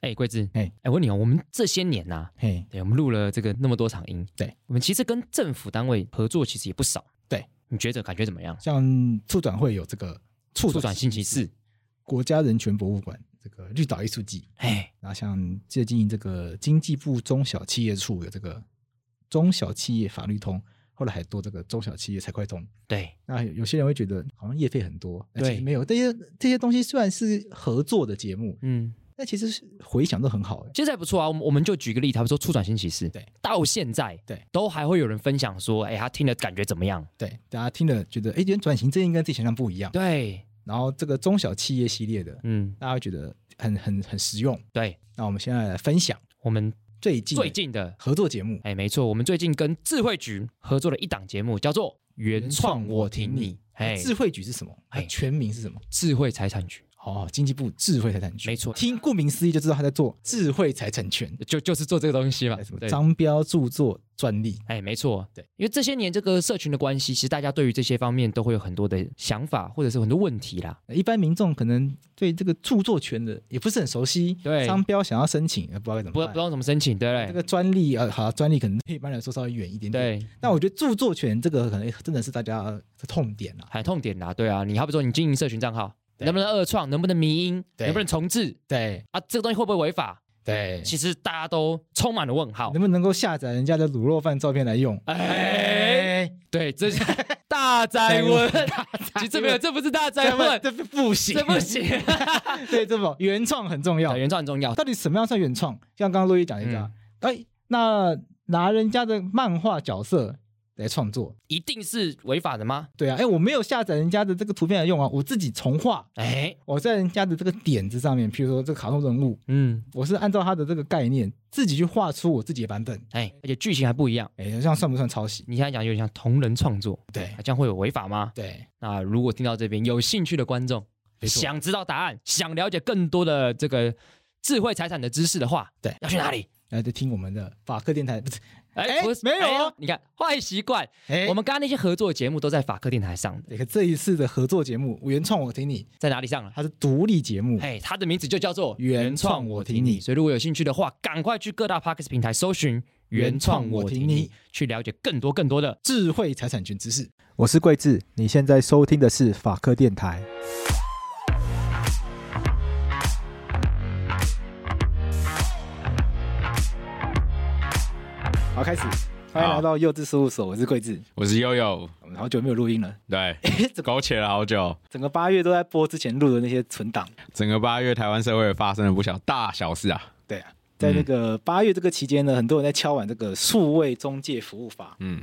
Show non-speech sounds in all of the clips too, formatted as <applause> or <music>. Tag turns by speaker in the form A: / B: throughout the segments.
A: 嘿，桂枝，
B: 嘿，
A: 哎，我问你哦，我们这些年呐、
B: 嘿，
A: 对，我们录了这个那么多场音，
B: 对，
A: 我们其实跟政府单位合作其实也不少，
B: 对，
A: 你觉得感觉怎么样？
B: 像促转会有这个促
A: 促转星期四，
B: 国家人权博物馆这个绿岛艺术季，
A: 哎，
B: 然后像最近这个经济部中小企业处有这个中小企业法律通，后来还多这个中小企业财会通。
A: 对，
B: 那有些人会觉得好像业费很多，但
A: 对
B: 其实没有这些这些东西虽然是合作的节目，
A: 嗯，
B: 但其实是回想都很好、欸。
A: 其实还不错啊。我们我们就举个例，他们说促转星期四，
B: 对，
A: 到现在
B: 对
A: 都还会有人分享说，哎，他听了感觉怎么样？
B: 对，大家听了觉得，哎，觉得转型正义跟自己想象不一样。
A: 对，
B: 然后这个中小企业系列的，
A: 嗯，
B: 大家会觉得很很很实用。
A: 对，
B: 那我们现在来分享
A: 我们
B: 最近
A: 最近的。
B: 合作节目，
A: 哎，没错，我们最近跟智慧局合作了一档节目，叫做《原创我挺你》。哎，
B: 智慧局是什么？
A: 哎
B: 它全名是什么？
A: 智慧财产局，
B: 哦，经济部智慧财产局。
A: 没错
B: 听顾名思义就知道他在做智慧财产权，
A: 就就是做这个东西嘛
B: 哎什。么
A: 对，
B: 商标、著作、专利。
A: 哎，没错，
B: 对，
A: 因为这些年这个社群的关系，其实大家对于这些方面都会有很多的想法，或者是很多问题啦。
B: 一般民众可能对这个著作权的也不是很熟悉，
A: 对
B: 商标想要申请，呃不知道该怎
A: 不
B: 么
A: 不知
B: 办。
A: 道怎么申请，对
B: 这
A: 不对？
B: 个专利，呃，好，专利可能对一般来说稍微远一点点。
A: 对，
B: 但我觉得著作权这个可能真的是大家的痛点啊。
A: 喊痛点啦，对啊，你好比说你经营社群账号，
B: 对
A: 能不能二创，能不能迷音，
B: 对
A: 能不能重置
B: 对
A: 啊？这个东西会不会违法？
B: 对，
A: 其实大家都充满了问号
B: 能。不能够下载人家的卤肉饭照片来用？
A: 哎，对，这 <laughs> 大灾问，其实没有，这不是大灾问，
B: 这不不行，
A: 这不 <laughs> 行。
B: <laughs> 对，这不原创很重要。
A: 原创很重要，
B: 到底什么样算原创？像刚刚洛伊讲的一个啊，
A: 嗯
B: 哎，那拿人家的漫画角色来创作，
A: 一定是违法的吗？
B: 对啊，哎，我没有下载人家的这个图片来用啊，我自己重画，
A: 哎，
B: 我在人家的这个点子上面，譬如说这个卡通人物，
A: 嗯，
B: 我是按照他的这个概念自己去画出我自己的版本，
A: 哎，而且剧情还不一样。
B: 哎，这样算不算抄袭？
A: 你现在讲有点像同人创作，啊
B: 对
A: 这样会有违法吗？
B: 对，
A: 那如果听到这边有兴趣的观众，
B: 没错
A: 想知道答案，想了解更多的这个智慧财产的知识的话，
B: 哎对
A: 要去哪里？
B: 来就听我们的法科电台，不是，
A: 哎
B: 哎
A: 不是
B: 没有
A: 哎
B: 哦
A: 你看坏习惯，
B: 哎，
A: 我们刚刚那些合作节目都在法科电台上的，
B: 这个这一次的合作节目原创我听你，
A: 在哪里上了？
B: 它是独立节目，
A: 哎，它的名字就叫做
B: 嗯原创我挺你
A: 所以如果有兴趣的话，赶快去各大 p o d c a s t 平台搜寻“原
B: 原
A: 创
B: 创
A: 我
B: 我
A: 挺
B: 挺
A: 你
B: 你”，
A: 去了解更多更多的。
B: 智慧财产权知识。我是桂智，你现在收听的是法科电台。好，开始，欢迎
C: 好
B: 来到幼稚事务所，我是桂智。
C: 我是悠悠，
B: 我们好久没有录音了， <laughs>
C: 对，
B: 整个
C: 苟且了好久，
B: 整个八月都在播之前录的那些存档。
C: 整个八月台湾社会也发生了不小大小事啊，
B: 对啊，在那个八月这个期间呢，很多人在敲碗这个数位中介服务法，
C: 嗯，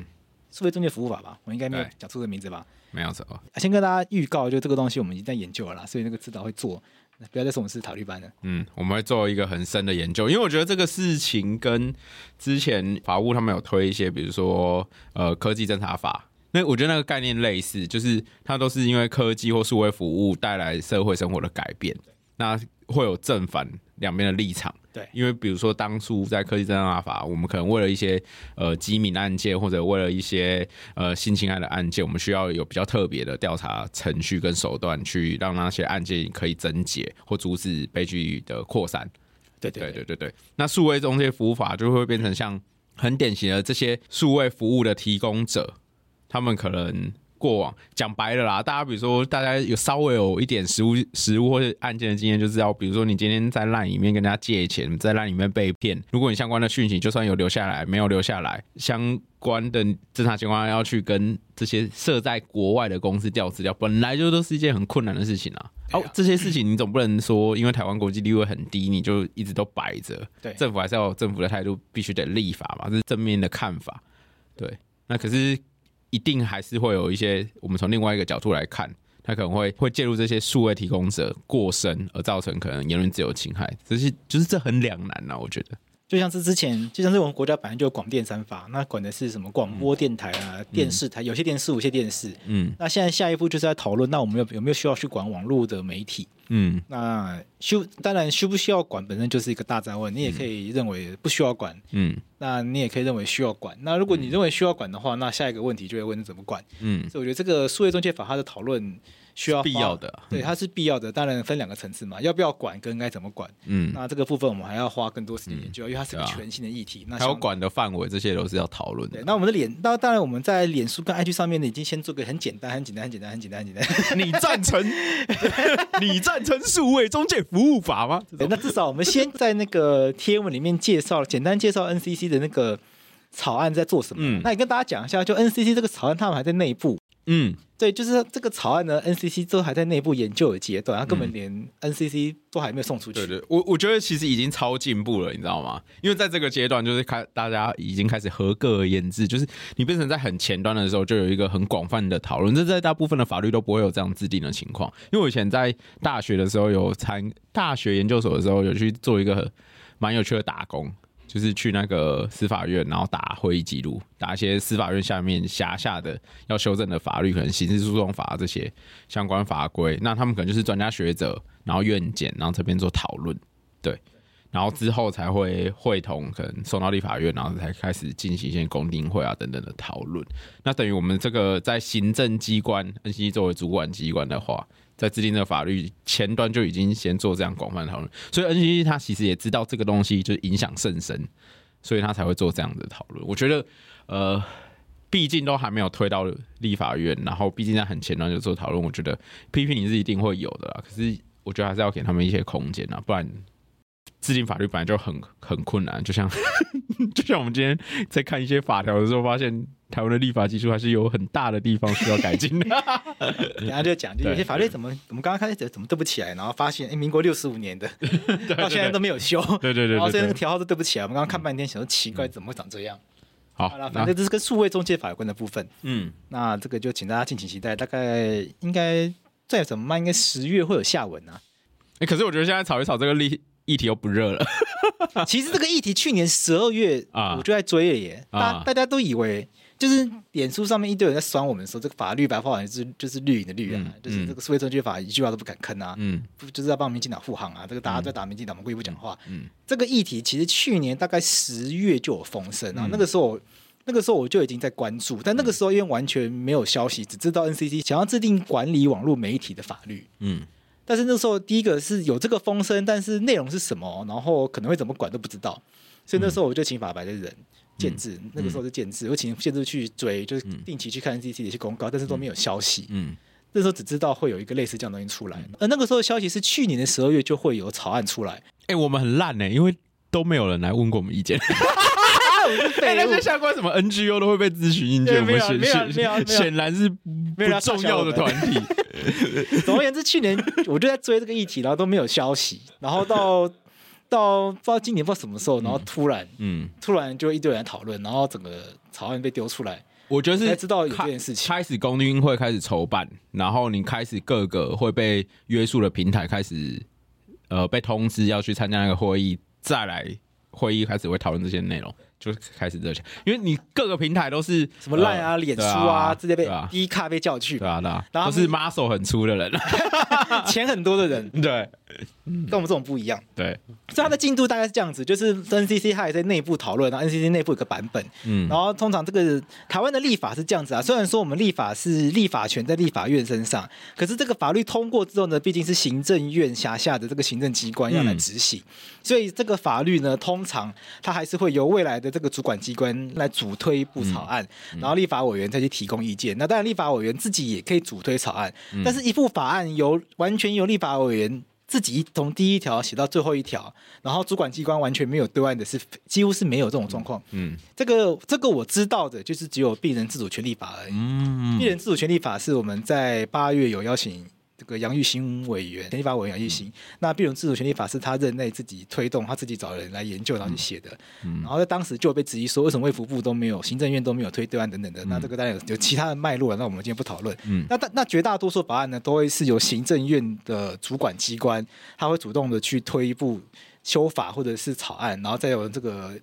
B: 数位中介服务法吧，我应该没有
C: 对
B: 讲出这个名字吧？
C: 没有错，
B: 先跟大家预告，就这个东西我们已经在研究了啦，所以那个指导会做，不要再说我们是塔利班了。
C: 嗯，我们会做一个很深的研究，因为我觉得这个事情跟之前法务他们有推一些，比如说呃科技侦查法，那我觉得那个概念类似，就是它都是因为科技或数位服务带来社会生活的改变，那会有正反两边的立场。
B: 对
C: 因为比如说当初在科技侦查法，我们可能为了一些呃机敏案件，或者为了一些呃性侵害的案件，我们需要有比较特别的调查程序跟手段，去让那些案件可以侦结或阻止悲剧的扩散。
B: 对
C: 对对对对，那数位中介服务法就会变成像很典型的这些数位服务的提供者，他们可能过往讲白了啦，大家比如说大家有稍微有一点实物实物或者案件的经验，就知道，比如说你今天在烂里面跟人家借钱，在烂里面被骗，如果你相关的讯息就算有留下来，没有留下来，相关的侦查情况要去跟这些设在国外的公司调资料，本来就都是一件很困难的事情啊。
B: 对
C: 哦
B: 啊，
C: 这些事情你总不能说，因为台湾国际地位很低，你就一直都摆着。
B: 对
C: 政府还是要有政府的态度，必须得立法嘛，这是正面的看法。对，那可是一定还是会有一些，我们从另外一个角度来看，他可能会会介入这些数位提供者过深，而造成可能言论自由侵害，这是就是这很两难呐、啊我觉得。
B: 就像是之前，就像是我们国家本来就有广电三法，那管的是什么广播电台啊、电视台，有些电视，有些电视。
C: 嗯
B: 那现在下一步就是在讨论，那我们有有没有需要去管网络的媒体？
C: 嗯，
B: 那需当然需不需要管本身就是一个大灾问，你也可以认为不需要管，
C: 嗯
B: 那你也可以认为需要管。那如果你认为需要管的话，那下一个问题就会问怎么管。
C: 嗯，
B: 所以我觉得这个数位中介法它的讨论需要
C: 必
B: 花
C: 要的嗯
B: 对，它是必要的。当然分两个层次嘛，要不要管跟该怎么管。
C: 嗯，
B: 那这个部分我们还要花更多时间研究，因为它是个
C: 对啊
B: 全新的议题。那
C: 还有
B: 像
C: 管的范围，这些都是要讨论
B: 对，
C: 的。
B: 那我们的脸，那当然我们在脸书跟 IG 上面呢，已经先做个很简单、很简单、很简单、很简单、很简单。 <laughs>
C: 你赞成？ <laughs> 你赞成数位中介服务法吗？
B: 对那至少我们先在那个贴文里面介绍，简单介绍 NCC 的那个草案在做什么。
C: 嗯
B: 那也跟大家讲一下，就 NCC 这个草案，他们还在内部。
C: 嗯，
B: 对，就是这个草案呢，NCC 都还在内部研究的阶段，它
C: 嗯
B: 根本连 NCC 都还没有送出去。
C: 对对，我我觉得其实已经超进步了，你知道吗？因为在这个阶段，就是开大家已经开始合各而言之，就是你变成在很前端的时候，就有一个很广泛的讨论。这在大部分的法律都不会有这样制定的情况。因为我以前在大学的时候有参大学研究所的时候，有去做一个蛮有趣的打工。就是去那个司法院，然后打会议记录，打一些司法院下面辖下的要修正的法律，可能刑事诉讼法这些相关法规。那他们可能就是专家学者，然后院检，然后这边做讨论，对，然后之后才会会同，可能送到立法院，然后才开始进行一些公听会啊等等的讨论。那等于我们这个在行政机关 NCC 作为主管机关的话，在制定这个法律前端就已经先做这样广泛的讨论，所以 NCC 它其实也知道这个东西就是影响甚深，所以它才会做这样的讨论。我觉得，呃，毕竟都还没有推到立法院，然后毕竟在很前端就做讨论，我觉得批评你是一定会有的啦。可是我觉得还是要给他们一些空间啊，不然制定法律本来就很很困难，就像 <laughs> 就像我们今天在看一些法条的时候，发现台湾的立法技术还是有很大的地方需要改进的。
B: 等一下就讲，就有些
C: 对
B: 法律怎么我们刚刚开始怎么对不起来，然后发现哎，诶民国六十五年的
C: 对
B: <laughs> 到现在都没有修，
C: <laughs> 对对对
B: <laughs> 然后
C: 对
B: 所以那
C: 对
B: 个条号都对不起来。我们刚刚看半天，想说奇怪，怎么会长这样？
C: 好
B: 好了，，
C: 那
B: 反正这是跟数位中介法有关的部分。
C: 嗯，
B: 那这个就请大家敬请期待，大概应该再怎么慢，应该十月会有下文
C: <laughs>
B: 啊。
C: 哎，可是我觉得现在吵一吵这个立议题又不热了。
B: 其实这个议题去年十二月
C: 啊
B: 我就在追了耶，大、
C: 啊
B: 大家都以为就是脸书上面一堆人在酸我们说这个法律白话文就是就是绿营的绿啊，
C: 嗯
B: 就是这个数位中介法一句话都不敢吭啊，
C: 嗯
B: 不就是要帮民进党护航啊？这个大家在打民进党，我们故意不讲话。
C: 嗯，
B: 这个议题其实去年大概十月就有风声啊，
C: 嗯
B: 那个时候我那个时候我就已经在关注，但那个时候因为完全没有消息，只知道 NCC 想要制定管理网络媒体的法律。
C: 嗯
B: 但是那时候第一个是有这个风声，但是内容是什么，然后可能会怎么管都不知道，所以那时
C: 嗯
B: 候我就请法白的人。建制那个时候是建制，我请建制去追，就是定期去看 NCC 的一些公告，但是都没有消息。
C: 嗯
B: 那时候只知道会有一个类似这样的东西出来，而那个时候的消息是去年的十二月就会有草案出来，
C: 哎、我们很烂呢、因为都没有人来问过我们意见。哎、那些相关什么 NGO 都会被咨询意见，
B: 对
C: 我
B: 没
C: 们
B: 有
C: 显
B: 没有
C: 显
B: 没有没有
C: 显然是
B: 有人要
C: 不
B: 嘲
C: 重
B: 笑
C: 要
B: 我们
C: 的团体。
B: 总而言之，去
C: <laughs>
B: 年我就在追这个议题，然后都没有消息，然后到到不知道今年不知道什么时候，然后突然、
C: 嗯，
B: 突然就一堆人讨论，然后整个草案被丢出来，
C: 我觉得
B: <laughs>
C: 是
B: 才知道有
C: 开
B: 这件事情
C: 开始公运会开始筹办，然后你开始各个会被约束的平台开始呃被通知要去参加那个会议，再来会议开始会讨论这些内容，就是开始热起来。因为你各个平台都是
B: 什么烂啊、
C: 呃
B: 脸书
C: 对
B: 啊，
C: 啊
B: 直接被
C: 对啊
B: 低卡被叫去
C: 对，啊对啊，
B: 然后
C: 都
B: 他们
C: 是 muscle 很粗的人。 <laughs>
B: 钱很多的人
C: 对嗯
B: 跟我们这种不一样，
C: 对，
B: 所以它的进度大概是这样子，就是 NCC 它也在内部讨论，然后 NCC 内部有个版本，
C: 嗯
B: 然后通常这个台湾的立法是这样子啊，虽然说我们立法是立法权在立法院身上，可是这个法律通过之后呢，毕竟是行政院辖下的这个行政机关要来执行，所以这个法律呢，通常它还是会由未来的这个主管机关来主推一部草案，然后立法委员再去提供意见。那当然，立法委员自己也可以主推草案，但是一部法案由完全由立法委员。自己从第一条写到最后一条，然后主管机关完全没有对外的是，几乎是没有这种状况。
C: 嗯
B: 这个这个我知道的，就是只有病人自主权利法而已。
C: 嗯
B: 病人自主权利法是我们在八月有邀请这个杨玉兴委员，权利法委员杨玉
C: 嗯
B: 兴。那病人自主权利法是他任内自己推动，他自己找人来研究，然后去写的。
C: 嗯
B: 然后在当时就有被质疑说，为什么卫福部都没有，行政院都没有推对案等等的。那这个当然有有其他的脉络了，那我们今天不讨论。
C: 嗯
B: 那大那绝大多数法案呢，都会是由行政院的主管机关，他会主动的去推一部修法或者是草案，然后再由这个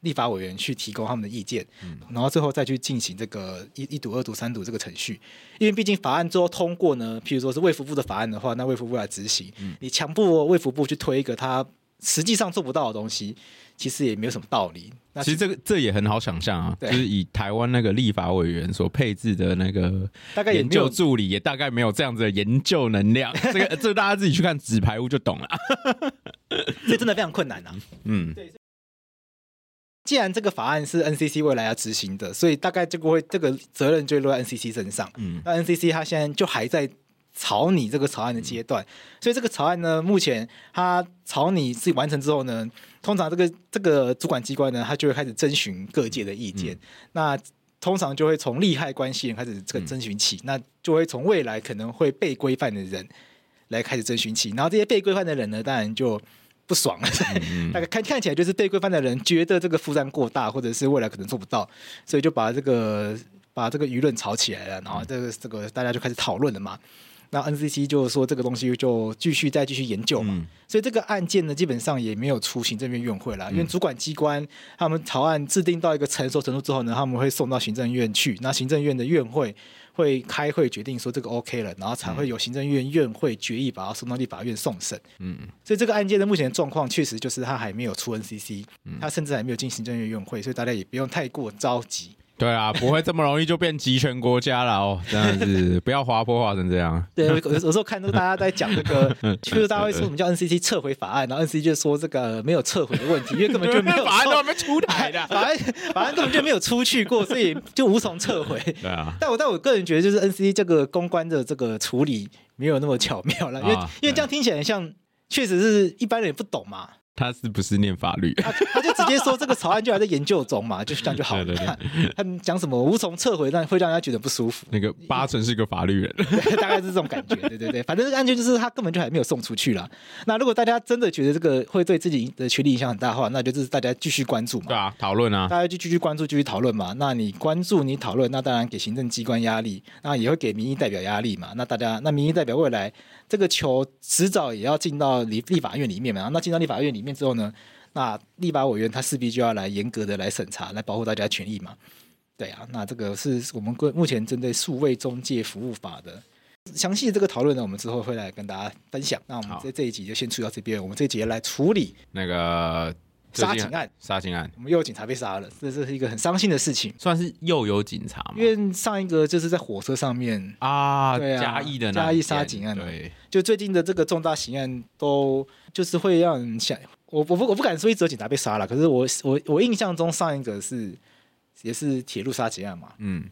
B: 立法委员去提供他们的意见，然后最后再去进行这个一一读、二读、三读这个程序。因为毕竟法案最后通嗯过呢，譬如说是卫福部的法案的话，那卫福部来执行，你强迫卫福部去推一个他实际上做不到的东西，其实也没有什么道理。那
C: 其实这个这也很好想象啊，就
B: 对
C: 是以台湾那个立法委员所配置的那个
B: 大概也
C: 研
B: 没有
C: 究助理，也大概没有这样子的研究能量。 <laughs> 这个这个大家自己去看纸牌屋就懂了。 <laughs>
B: 这真的非常困难啊。
C: 嗯，
B: 既然这个法案是 NCC 未来要执行的，所以大概就会这个责任就会落在 NCC 身上。
C: 嗯
B: 嗯，那 NCC 它现在就还在草拟这个草案的阶段，所以这个草案呢，目前它草拟自己完成之后呢，通常这个这个主管机关呢，它就会开始征询各界的意见。那通常就会从利害关系人开始这个征询起，那就会从未来可能会被规范的人来开始征询起，然后这些被规范的人呢，当然就不爽了， <laughs> 大概看看起来就是被规范的人觉得这个负担过大，或者是未来可能做不到，所以就把这个把这个舆论炒起来了，然后这个这个大家就开始讨论了嘛。那 NCC 就说这个东西就继续再继续研究嘛，所以这个案件呢，基本上也没有出行政院院会啦，因为主管机关他们草案制定到一个成熟程度之后呢，他们会送到行政院去，那行政院的院会会开会决定说这个 OK 了，然后才会有行政院院会决议把它送到立法院送审。
C: 嗯
B: 所以这个案件的目前的状况确实就是它还没有出 NCC，它甚至还没有进行政院院会，所以大家也不用太过着急。
C: 对啊，不会这么容易就变集权国家了哦，真的是不要滑坡滑成这样。
B: 对，我有有时候看到大家在讲这
C: <laughs>
B: 个，就是大家会说什么叫 NCC 撤回法案，然后 NCC 就说这个呃没有撤回的问题，因为根本 <laughs> 就没有
C: <laughs> 法案都还
B: 撤。
C: 没出台的
B: <laughs> 法案法案根本就没有出去过，所以就无从撤回。
C: 对啊，
B: 但我但我个人觉得，就是 NCC 这个公关的这个处理没有那么巧妙了，因为、
C: 啊
B: 因为这样听起来像确实是一般人也不懂嘛，
C: 他是不是念法
B: <laughs>
C: 律？
B: 他他就直接说这个草案就还在研究中嘛，就是这样就好了。
C: <laughs> 对对
B: 他们讲什么无从撤回，但会让人家觉得不舒服，
C: 那个八成是个法律
B: <laughs>
C: 人。
B: 对大概是这种感觉。对对对，反正这个案件就是他根本就还没有送出去啦。那如果大家真的觉得这个会对自己的权利影响很大的话，那就是大家继续关注
C: 对
B: 嘛。
C: 啊，讨论啊，
B: 大家就继续关注，继续讨论嘛。那你关注，你讨论，那当然给行政机关压力，那也会给民意代表压力嘛。那大家，那民意代表未来这个球迟早也要进到立立法院里面嘛。那进到立法院里面之后呢，那立法委员他势必就要来严格的来审查，来保护大家的权益嘛。对啊，那这个是我们目前针对数位中介服务法的。详细的这个讨论呢，我们之后会来跟大家分享。那我们
C: 好
B: 在这一集就先出到这边，我们这一集来处理
C: 那个啊
B: 杀警，案，
C: 杀警案
B: 我们又有警察被杀了，这这是一个很伤心的事情。
C: 算是又有警察嘛
B: 因？为上一个就是在火车上面，
C: 啊，
B: 对啊
C: 嘉义的
B: 嘉
C: 那一
B: 义杀
C: 件
B: 警案啊
C: 对，
B: 就最近的这个重大刑案都就是会让人想，我我不我不敢说一直有警察被杀了，可是我我我印象中上一个是也是铁路杀劫案嘛，
C: 嗯，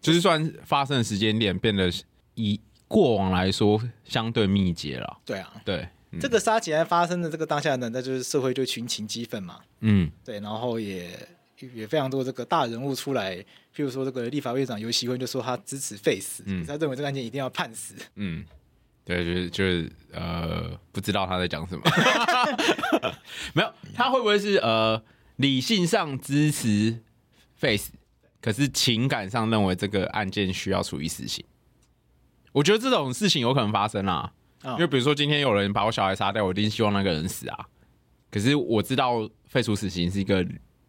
C: 就是算发生的时间点变得以过往来说相对密集了。
B: 对啊，
C: 对，嗯
B: 这个杀劫案发生的这个当下呢，那就是社会就群情激愤嘛，
C: 嗯，
B: 对，然后也也非常多这个大人物出来，譬如说这个立法院长游锡坤就说他支持废死，可
C: 嗯
B: 是他认为这个案件一定要判死，
C: 嗯，对，就是就是呃，不知道他在讲什么， <laughs> 没有，他会不会是呃理性上支持 Face，可是情感上认为这个案件需要处以死刑？我觉得这种事情有可能发生啦，
B: 啊
C: 因为比如说今天有人把我小孩杀掉，我一定希望那个人死啊，可是我知道废除死刑是一个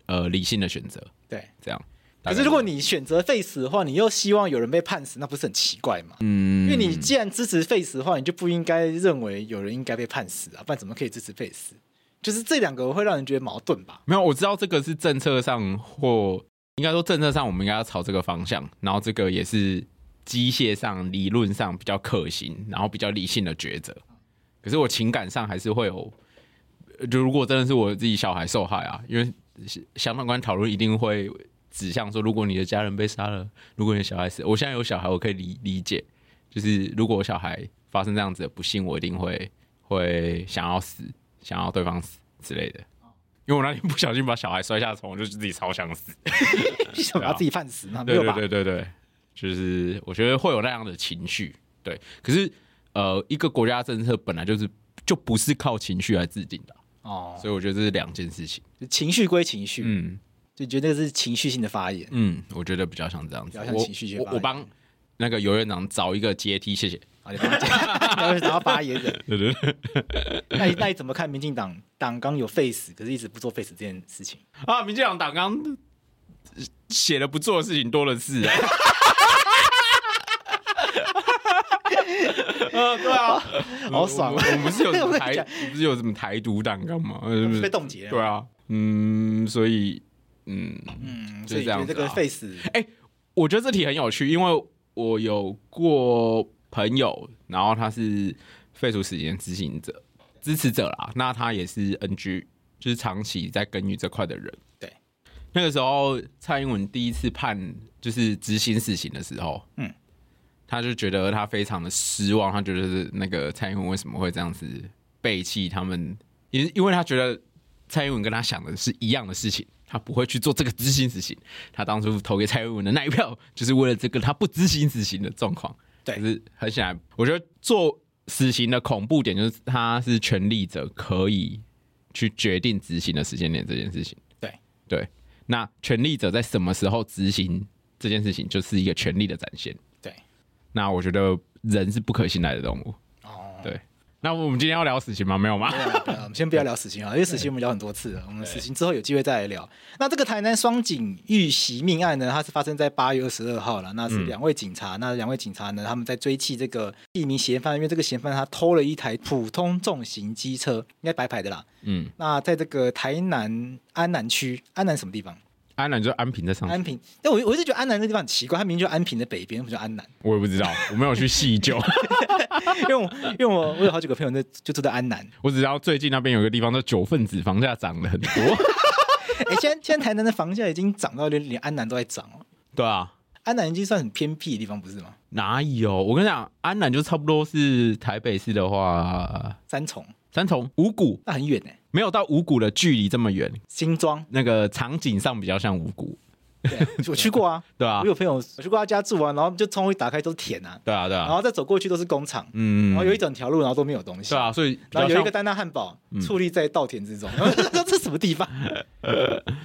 C: 呃理性的选择，
B: 对。
C: 这样。
B: 可是如果你选择 face 的话，你又希望有人被判死，那不是很奇怪吗？
C: 嗯
B: 因为你既然支持 face 的话，你就不应该认为有人应该被判死啊，不然怎么可以支持 face？就是这两个会让人觉得矛盾吧？
C: 没有，我知道这个是政策上或应该说政策上，我们应该要朝这个方向，然后这个也是机械上、理论上比较可行，然后比较理性的抉择。可是我情感上还是会有，呃就如果真的是我自己小孩受害啊，因为相相关讨论一定会指向说，如果你的家人被杀了，如果你的小孩死，我现在有小孩，我可以理理解，就是如果我小孩发生这样子的不幸，我一定会会想要死，想要对方死之类的。因为我那天不小心把小孩摔下床，我就自己超想死。
B: 为什么要自己判死呢？没
C: 啊对
B: 有
C: 对
B: 吧？
C: 对对对，就是我觉得会有那样的情绪。对，可是呃，一个国家政策本来就是就不是靠情绪来制定的，
B: 哦，
C: 所以我觉得这是两件事情。
B: 就情绪归情绪，
C: 嗯
B: 就觉得那个是情绪性的发言。
C: 嗯，我觉得比较像这样子
B: 比较。像
C: 我
B: 情绪先
C: 我
B: 发
C: 我
B: 言
C: 帮那个游院长找一个阶梯，谢谢。
B: 啊，你帮我讲 <laughs> 然后然后发言人，
C: 对对对
B: 那你那你怎么看民进党党纲有 face，可是一直不做 face 这件事情？
C: 啊，民进党党纲呃写的不做的事情多的是、啊。 <laughs> 呃，对啊，
B: 好爽
C: 我们我们不是有
B: <laughs>
C: 什
B: 我
C: 么
B: 跟你
C: 台，
B: 讲
C: 不是有什么台独党干嘛？是不是
B: 被冻结了
C: 对啊，嗯，所以，嗯，
B: 嗯，
C: 就
B: 所以
C: 是
B: 觉
C: 这样
B: 得
C: 子
B: 这个
C: 啊
B: face
C: 我觉得这题很有趣，因为我有过朋友，然后他是废除死刑执行者支持者啦，那他也是 NG，就是长期在耕耘这块的人。
B: 对，
C: 那个时候蔡英文第一次判就是执行死刑的时候，
B: 嗯
C: 嗯，他就觉得他非常的失望，他觉得是那个蔡英文为什么会这样子背弃他们，因因为他觉得蔡英文跟他想的是一样的事情，他不会去做这个执行死刑。他当初投给蔡英文的那一票，就是为了这个他不执行死刑的状况。
B: 对
C: 可是很显然，我觉得做死刑的恐怖点就是他是权力者可以去决定执行的时间点这件事情。
B: 对
C: 对，那权力者在什么时候执行这件事情，就是一个权力的展现。
B: 对，
C: 那我觉得人是不可信赖的动物。
B: 哦。
C: 对，那我们今天要聊死刑吗？没有吗？
B: 对啊对啊我们先不要聊死刑啊，因为死刑我们聊很多次了，我们死刑之后有机会再来聊。那这个台南双警遇袭命案呢，它是发生在八月二十二号了，那是两位警察，那两位警察呢，他们在追缉这个一名嫌犯，因为这个嫌犯他偷了一台普通重型机车，应该白牌的啦。
C: 嗯，
B: 那在这个台南安南区，安南什么地方？
C: 安南就安平在上面，
B: 安平。但我我一直觉得安南这地方很奇怪，它明明就安平的北边，为什么叫安南？
C: 我也不知道，我没有去细究。 <laughs>
B: 因为我因 <laughs> 为我我有好几个朋友在就住在安南，
C: 我只知道最近那边有个地方叫九份子，房价涨了很多。
B: 哎、现在现在台南的房价已经涨到连连安南都在涨哦。
C: 对啊，
B: 安南已经算很偏僻的地方，不是吗？
C: 哪有？我跟你讲，安南就差不多是台北市的话，
B: 三重
C: 三重、五股
B: 那很远呢、
C: 没有到五股的距离这么远，
B: 新庄，
C: 那个场景上比较像五股，
B: 对啊我去过啊，
C: <laughs> 对啊
B: 我，有朋友我去过他家住啊，然后就窗户一打开都是田啊，
C: 对啊，对
B: 然
C: 啊，
B: 后再走过去都是工厂，
C: 嗯
B: 然哦后，有一整条路，然后都没有东西，
C: 对啊，所以比
B: 然后
C: 较
B: 有一
C: 像嗯
B: 个丹娜汉堡矗立在稻田之中， <laughs> 然后这是什么地方？ <laughs>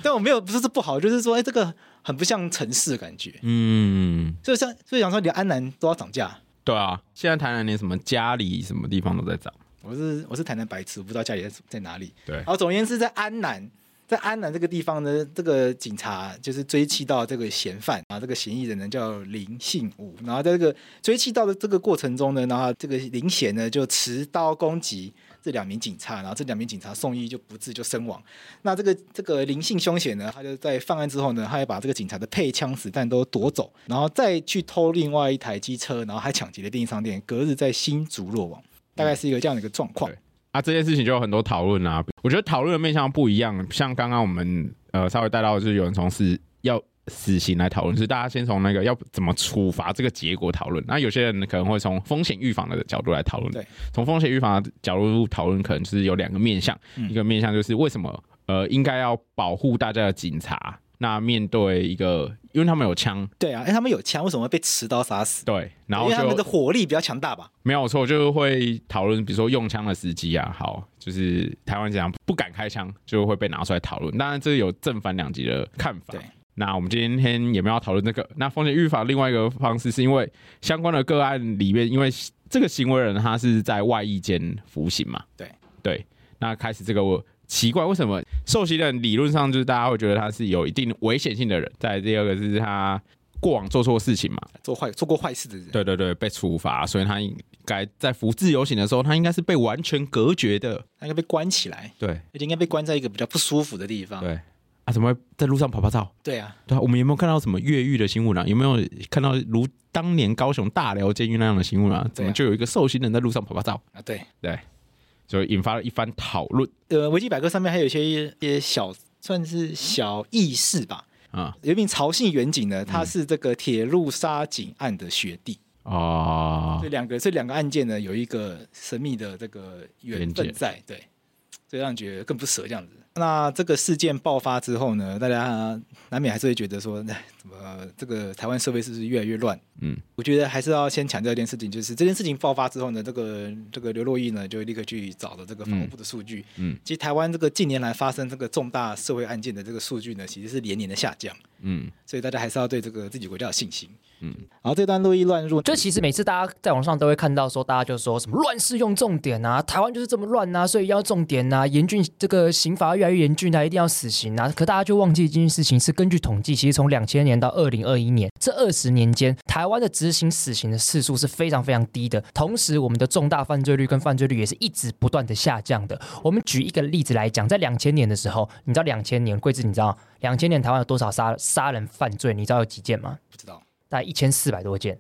B: 但我没有不是这不好，就是说，哎，这个很不像城市的感觉，
C: 嗯，
B: 所以像所以想说，连安南都要涨价。
C: 对啊，现在台南连什么家里什么地方都在涨，
B: 我是我是台南白痴，我不知道家里在在哪里。
C: 对
B: 然后总而言之，在安南，在安南这个地方呢，这个警察就是追缉到这个嫌犯啊，这个嫌疑人呢叫林信武。然后在这个追缉到的这个过程中呢，然后这个林贤呢就持刀攻击这两名警察，然后这两名警察送医就不治就身亡。那这个这个林姓凶险呢，他就在犯案之后呢，他还把这个警察的配枪子弹都夺走，然后再去偷另外一台机车，然后还抢劫了便利商店，隔日在新竹落网。大概是一个这样的一个状况
C: 对。啊，这件事情就有很多讨论啊。我觉得讨论的面向不一样，像刚刚我们呃稍微带到，的就是有人从是要死刑来讨论，就是大家先从那个要怎么处罚这个结果讨论。那有些人可能会从风险预防的角度来讨论，
B: 对，
C: 从风险预防的角度讨论，可能就是有两个面向，
B: 嗯
C: 一个面向就是为什么呃应该要保护大家的警察，那面对一个因为他们有枪，
B: 对啊，哎、他们有枪，为什么会被持刀杀死？
C: 对，然后
B: 因为他们的
C: 就
B: 火力比较强大吧？
C: 没有错，就会讨论，比如说用枪的时机啊，好，就是台湾这样不敢开枪，就会被拿出来讨论。当然，这有正反两极的看法
B: 对。
C: 那我们今天也没有要讨论这个。那风险预防另外一个方式，是因为相关的个案里面，因为这个行为人他是在外役间服刑嘛，
B: 对
C: 对。那开始这个我奇怪，为什么受刑人理论上就是大家会觉得他是有一定危险性的人？再来第二个是他过往做错事情嘛，
B: 做坏做过坏事的人，
C: 对对对，被处罚，所以他应该在服自由刑的时候，他应该是被完全隔绝的。
B: 他应该被关起来，
C: 对
B: 而且应该被关在一个比较不舒服的地方。
C: 对，啊，怎么会在路上跑拍照？
B: 对啊，
C: 对啊，我们有没有看到什么越狱的新闻啊？有没有看到如当年高雄大寮监狱那样的新闻啊？怎么就有一个受刑人在路上跑拍照？
B: 啊对，
C: 对，就引发了一番讨论
B: 呃，维基百科上面还有一些一些小算是小轶事吧。
C: 啊
B: 有一名曹姓远警呢，
C: 嗯
B: 他是这个铁路杀警案的学弟。
C: <laughs> 哦
B: 这，两个这两个案件呢，有一个神秘的这个缘
C: 连
B: 分
C: 接
B: 在，对，所以让你觉得更不舍这样子。那这个事件爆发之后呢，大家难免还是会觉得说，哎，怎么这个台湾社会是不是越来越乱？
C: 嗯，
B: 我觉得还是要先强调一件事情，就是这件事情爆发之后呢，这个这个刘若毅呢就立刻去找了这个法务部的数据。
C: 嗯嗯
B: 其实台湾这个近年来发生这个重大社会案件的这个数据呢，其实是连年的下降。
C: 嗯，
B: 所以大家还是要对这个自己国家有信心。嗯，然后这段路易乱入，
A: 就其实每次大家在网上都会看到说，大家就说什么乱世用重点啊，台湾就是这么乱啊，所以要重点啊，严峻这个刑罚越来越严峻啊，一定要死刑啊。可大家就忘记一件事情，是根据统计，其实从两千年到二零二一年这二十年间，台湾的执行死刑的次数是非常非常低的，同时我们的重大犯罪率跟犯罪率也是一直不断的下降的。我们举一个例子来讲，在两千年的时候，你知道两千年，桂子你知道两千年台湾有多少杀杀人犯罪？你知道有几件吗？
B: 不知道
A: 大概一千四百多件。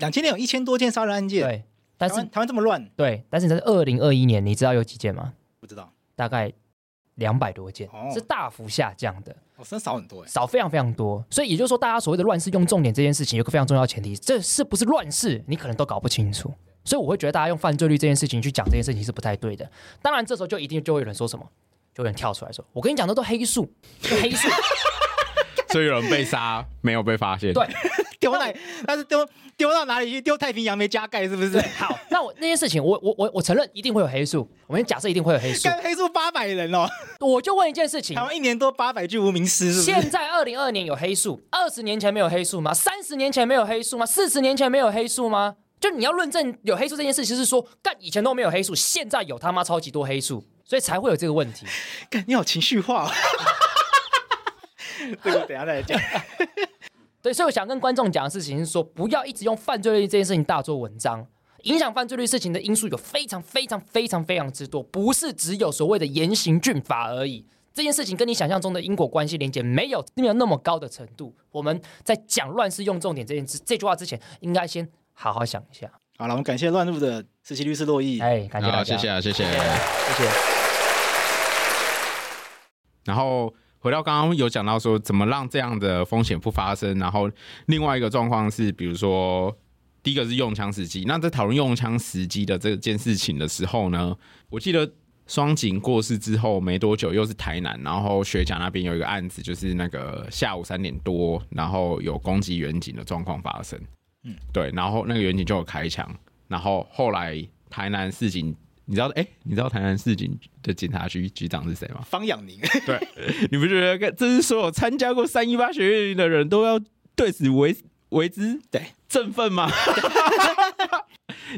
B: 两千年有一千多件杀人案件，
A: 对，但
B: 台
A: 是
B: 湾台湾这么乱，
A: 对，但是你在二零二一年，你知道有几件吗？
B: 不知道，
A: 大概两百多件，
B: 哦
A: 是大幅下降的，
B: 哦，真的少很多哎。
A: 少非常非常多。所以也就是说，大家所谓的乱世用重点这件事情，有个非常重要的前提，这是不是乱世，你可能都搞不清楚。所以我会觉得大家用犯罪率这件事情去讲这件事情是不太对的。当然，这时候就一定就会有人说什么，就有人跳出来说：“我跟你讲的都黑数，就黑数。
C: 所以有人被杀没有被发现，
A: 对
B: <laughs> 丢哪？但是丢丢到哪里去？丢太平洋没加盖是不是？
A: 好， <laughs> 那我那件事情，我我我我承认一定会有黑数，我们假设一定会有黑数。
B: <laughs> 干黑数八百人哦，
C: 嗯
A: 我就问一件事情
B: 台，湾一年多八百具无名尸是不
A: 现
B: 是？
A: 在二零二年有黑数，二十年前没有黑数吗？三十年前没有黑数吗？四十年前没有黑数吗？就你要论证有黑数这件事，其实是说干以前都没有黑数，现在有他妈超级多黑数，所以才会有这个问题。
B: 干你好情绪化、
C: <laughs>
B: 哦。这个等一下再来讲。 <laughs>
A: 对，所以我想跟观众讲的事情是说，不要一直用犯罪率这件事情大做文章。影响犯罪率事情的因素有非常非常非常非常之多，不是只有所谓的严刑峻法而已。这件事情跟你想象中的因果关系连接没有没有那么高的程度。我们在讲乱世用重点这件事这句话之前，应该先好好想一下。
B: 好了，我们感谢乱入的实习律师洛毅。
A: 哎，感谢大
C: 嗯好，
A: 家，
C: 谢谢啊，谢谢。
A: 谢谢。
C: 然后回到刚刚有讲到说，怎么让这样的风险不发生。然后另外一个状况是，比如说第一个是用枪时机。那在讨论用枪时机的这件事情的时候呢，我记得双井过世之后没多久，又是台南，然后学甲那边有一个案子，就是那个下午三点多，然后有攻击远景的状况发生。嗯，对，然后那个远景就有开枪，然后后来台南市警。你知道哎、你知道台南市警的警察局局长是谁吗？
B: 方养宁，
C: <laughs> 你不觉得这是所有参加过三一八学院的人都要对此为为之
B: 对
C: 振
B: <laughs>
C: 奋吗？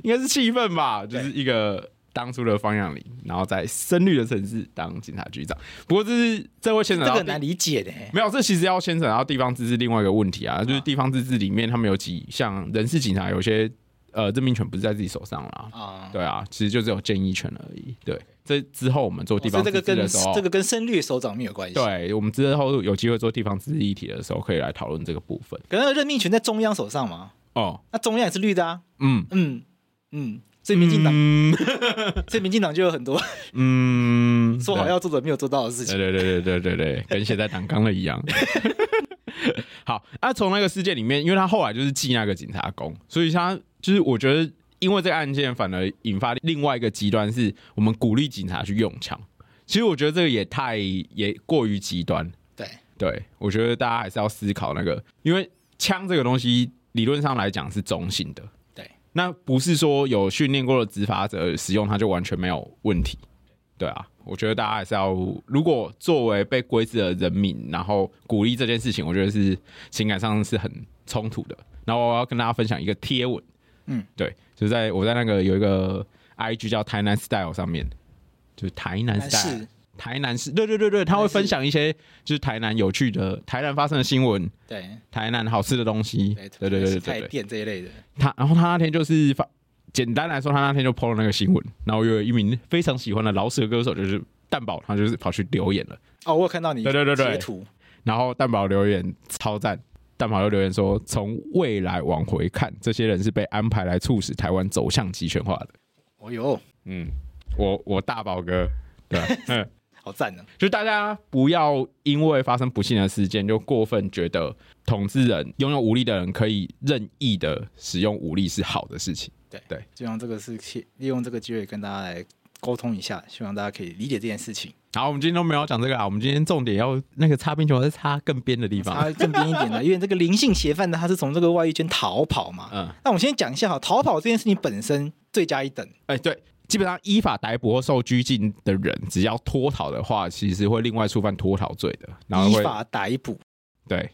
C: 应该是气愤吧，就是一个当初的方向里，然后在深绿的城市当警察局长。不过这是这会牵扯
B: 这
C: 到
B: 个很难理解的。欸
C: 没有，这其实要牵扯到地方自治另外一个问题啊，就是地方自治里面他们有几项人事警察有些呃任命权不是在自己手上啦。
B: 啊，
C: 对啊，其实就只有建议权而已。对，这之后我们做地
B: 哦所
C: 方
B: 以这
C: 自
B: 个
C: 治
B: 跟
C: 的时候，
B: 这个跟深绿手掌没有关系。，
C: 对，我们之后有机会做地方自治议题的时候，可以来讨论这个部分。
B: 可能任命权在中央手上嘛，
C: 哦，
B: 那中央也是绿的啊。
C: 嗯，
B: 嗯嗯，所以民进党，
C: 嗯
B: 所以民进党就有很多
C: 嗯，
B: 说好要 <laughs> 做的没有做到的事
C: 对
B: 情。
C: 对对对对对对，跟写在党纲的一样。好，啊，从那个事件里面，因为他后来就是记那个检察工，所以他就是我觉得，因为这个案件反而引发另外一个极端，是我们鼓励警察去用枪。其实我觉得这个也太也过于极端，
B: 对，
C: 对，我觉得大家还是要思考那个，因为枪这个东西理论上来讲是中性的，
B: 对，
C: 那不是说有训练过的执法者使用它就完全没有问题，对啊，我觉得大家还是要，如果作为被规制的人民，然后鼓励这件事情，我觉得是情感上是很冲突的。然后我要跟大家分享一个贴文，
B: 嗯，
C: 对，就是在我在那个有一个 IG 叫台南 Style 上面，就是台南
B: 但
C: Style，
B: 是
C: 台南市，对对对对，他会分享一些就是台南有趣的、台南发生的新闻、
B: 对
C: 台南好吃的东西。
B: 对
C: 对对对对
B: 开
C: 对对，
B: 店这一类的，
C: 他然后他那天就是发，简单来说，他那天就 PO 了那个新闻，然后有一名非常喜欢的饶舌歌手，就是蛋宝，他就是跑去留言了。
B: 哦，我有看到你
C: 对对对对
B: 截图，
C: 然后蛋宝留言超赞，蛋宝又留言说，从未来往回看，这些人是被安排来促使台湾走向集权化的。
B: 哦哟，
C: 嗯，我我大宝哥，对 <laughs> 啊，嗯。
B: 好赞哦呢！
C: 就大家不要因为发生不幸的事件就过分觉得统治人拥有武力的人可以任意的使用武力是好的事情。
B: 希望这个是可以利用这个机会跟大家来沟通一下，希望大家可以理解这件事情。
C: 好，我们今天都没有讲这个啊，我们今天重点要那个擦边球是擦更边的地方。
B: 啊，更边一
C: <laughs>
B: 点的，因为这个灵性邪犯呢，他是从这个外遇圈逃跑嘛。
C: 嗯，
B: 那我们先讲一下哈，逃跑这件事情本身罪加一等，
C: 哎、对，基本上依法逮捕或受拘禁的人，只要脱逃的话，其实会另外触犯脱逃罪的，然后
B: 依
C: 会
B: 法逮捕。
C: 对